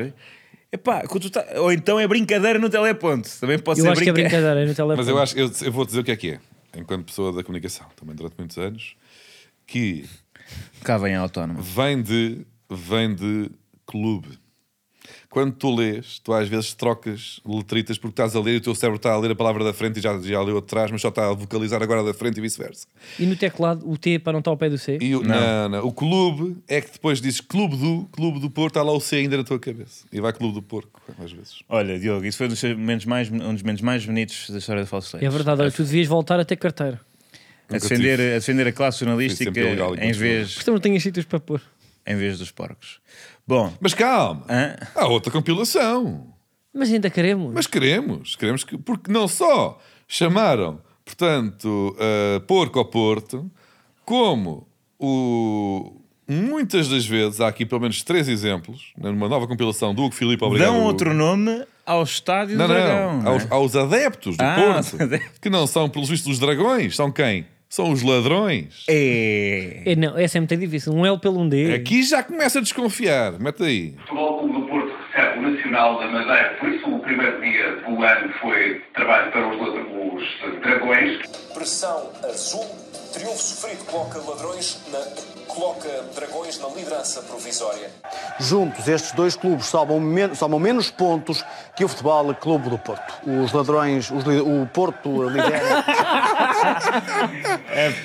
C: Epá, quando tu tá- ou então é brincadeira no teleponto. Também pode
A: Eu
C: ser
A: acho que é
C: brinca-
A: brincadeira é no telefone.
B: Mas eu acho, eu, eu vou dizer o que é que é, enquanto pessoa da comunicação, também durante muitos anos, que
C: Cá vem a autónoma.
B: vem de, vem de clube. Quando tu lês, tu às vezes trocas letritas porque estás a ler e o teu cérebro está a ler a palavra da frente e já, já leu atrás, mas só está a vocalizar agora da frente e vice-versa.
A: E no teclado, o T para não estar ao pé do C.
B: E o, não. Não, o clube é que depois dizes clube do, clube do Porto, está lá o C ainda na tua cabeça. E vai clube do porco, às vezes.
C: Olha, Diogo, isso foi um dos momentos mais, um dos momentos mais bonitos da história da Falso
A: É verdade, olha, tu devias voltar a ter carteira.
C: A defender, a defender a classe jornalística
B: sempre ilegal
C: em
B: enquanto
C: vez,
A: Porque tu não tinhas sítios para pôr.
C: em vez dos porcos. Bom,
B: Mas calma,
C: Hã?
B: há outra compilação.
A: Mas ainda queremos.
B: Mas queremos, queremos que. Porque não só chamaram, portanto, uh, Porco ao Porto, como o. Muitas das vezes, há aqui pelo menos três exemplos, numa nova compilação do Hugo Filipe, obrigado.
C: dão
B: Hugo.
C: outro nome ao estádio
B: Não,
C: do
B: não,
C: Dragão. não é?
B: Aos, aos adeptos do
C: Ah, aos
B: Porto,
C: adeptos.
B: que não são, pelos vistos, os dragões, são quem? São os ladrões.
C: É.
A: É, não, essa é muito difícil. Um L pelo um D.
B: Aqui já começa a desconfiar, mete aí.
K: Futebol Clube do Porto recebe o Nacional da Madeira, por isso o primeiro dia do ano foi trabalho para os, dragões.
J: Pressão azul, triunfo sofrido coloca ladrões coloca dragões na liderança provisória.
I: Juntos, estes dois clubes salvam, men- salvam menos pontos que o Futebol Clube do Porto. Os ladrões, os li- o Porto lidera.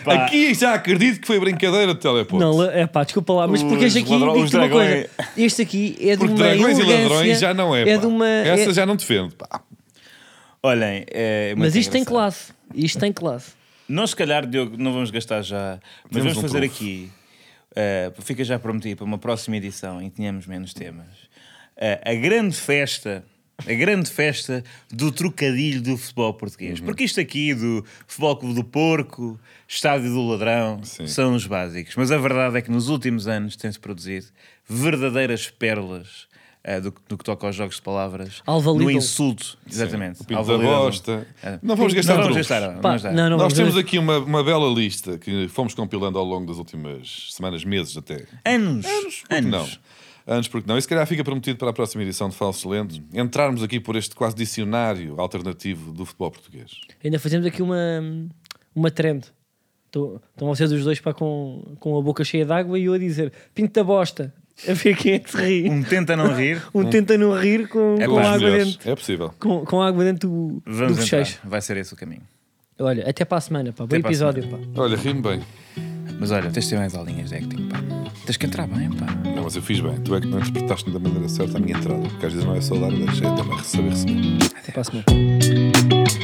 C: Pá.
B: Aqui já acredito que foi brincadeira de teleporte.
A: Não, é pá, desculpa lá, mas porque este
C: Os
A: aqui,
C: ladrões- os
A: digo-te uma
C: dragões-
A: coisa, este aqui é de
B: Porque
A: uma
B: dragões e
A: elegância,
B: ladrões já não é.
A: é
B: pá.
A: de uma, é-
B: Essa já não defende. Pá.
C: Olhem, é muito
A: mas isto tem
C: engraçado.
A: classe, isto tem classe.
C: Nós, se calhar, Diogo, não vamos gastar já, mas
B: Temos
C: vamos
B: um
C: fazer
B: trunfo.
C: aqui. eh, fica já prometido para uma próxima edição em que tenhamos menos temas. eh, a grande festa a grande festa do trocadilho do futebol
B: Uhum.
C: português. Porque isto aqui do Futebol Clube do Porco, Estádio do Ladrão, são os básicos. Mas a verdade é que nos últimos anos tem-se produzido verdadeiras pérolas ah, do, que- do que toca aos jogos de palavras.
A: Alvalidão.
C: No insulto, exatamente.
B: O Pinto da
C: Alvalidão.
B: Bosta.
C: Ah.
B: Não vamos gastar
C: Não vamos
B: truques.
C: gastar. não vamos dar.
B: Nós temos aqui uma, uma bela lista que fomos compilando ao longo das últimas semanas, meses até.
C: Anos.
B: Porque não? Anos porque não. E se calhar fica prometido para a próxima edição de Falsos Lentos entrarmos aqui por este quase dicionário alternativo do futebol português.
A: Ainda fazemos aqui uma, uma trend. Estão estão vocês os dois pá, com, com a boca cheia de água e eu a dizer pinta bosta. A ver quem é que se ri.
C: Um tenta não rir.
A: um tenta não rir com,
C: É
A: com
C: pá,
A: água
C: melhores.
A: dentro.
B: É possível.
A: Com, com água dentro do, do
C: Vamos entrar.
A: bochecho.
C: Vai ser esse o caminho.
A: Olha, até para a semana, pá. Bom
C: Até para a
A: episódio, pá.
C: semana.
B: Olha, rimo bem.
C: Mas olha, tens de ter mais aulinhas de acting, pá. Tens que entrar bem, pá.
B: Não, mas eu fiz bem. Tu é que não interpretaste da maneira certa a minha entrada. Porque às vezes não é só dar, deixa eu também receber, receber.
A: Até para a semana.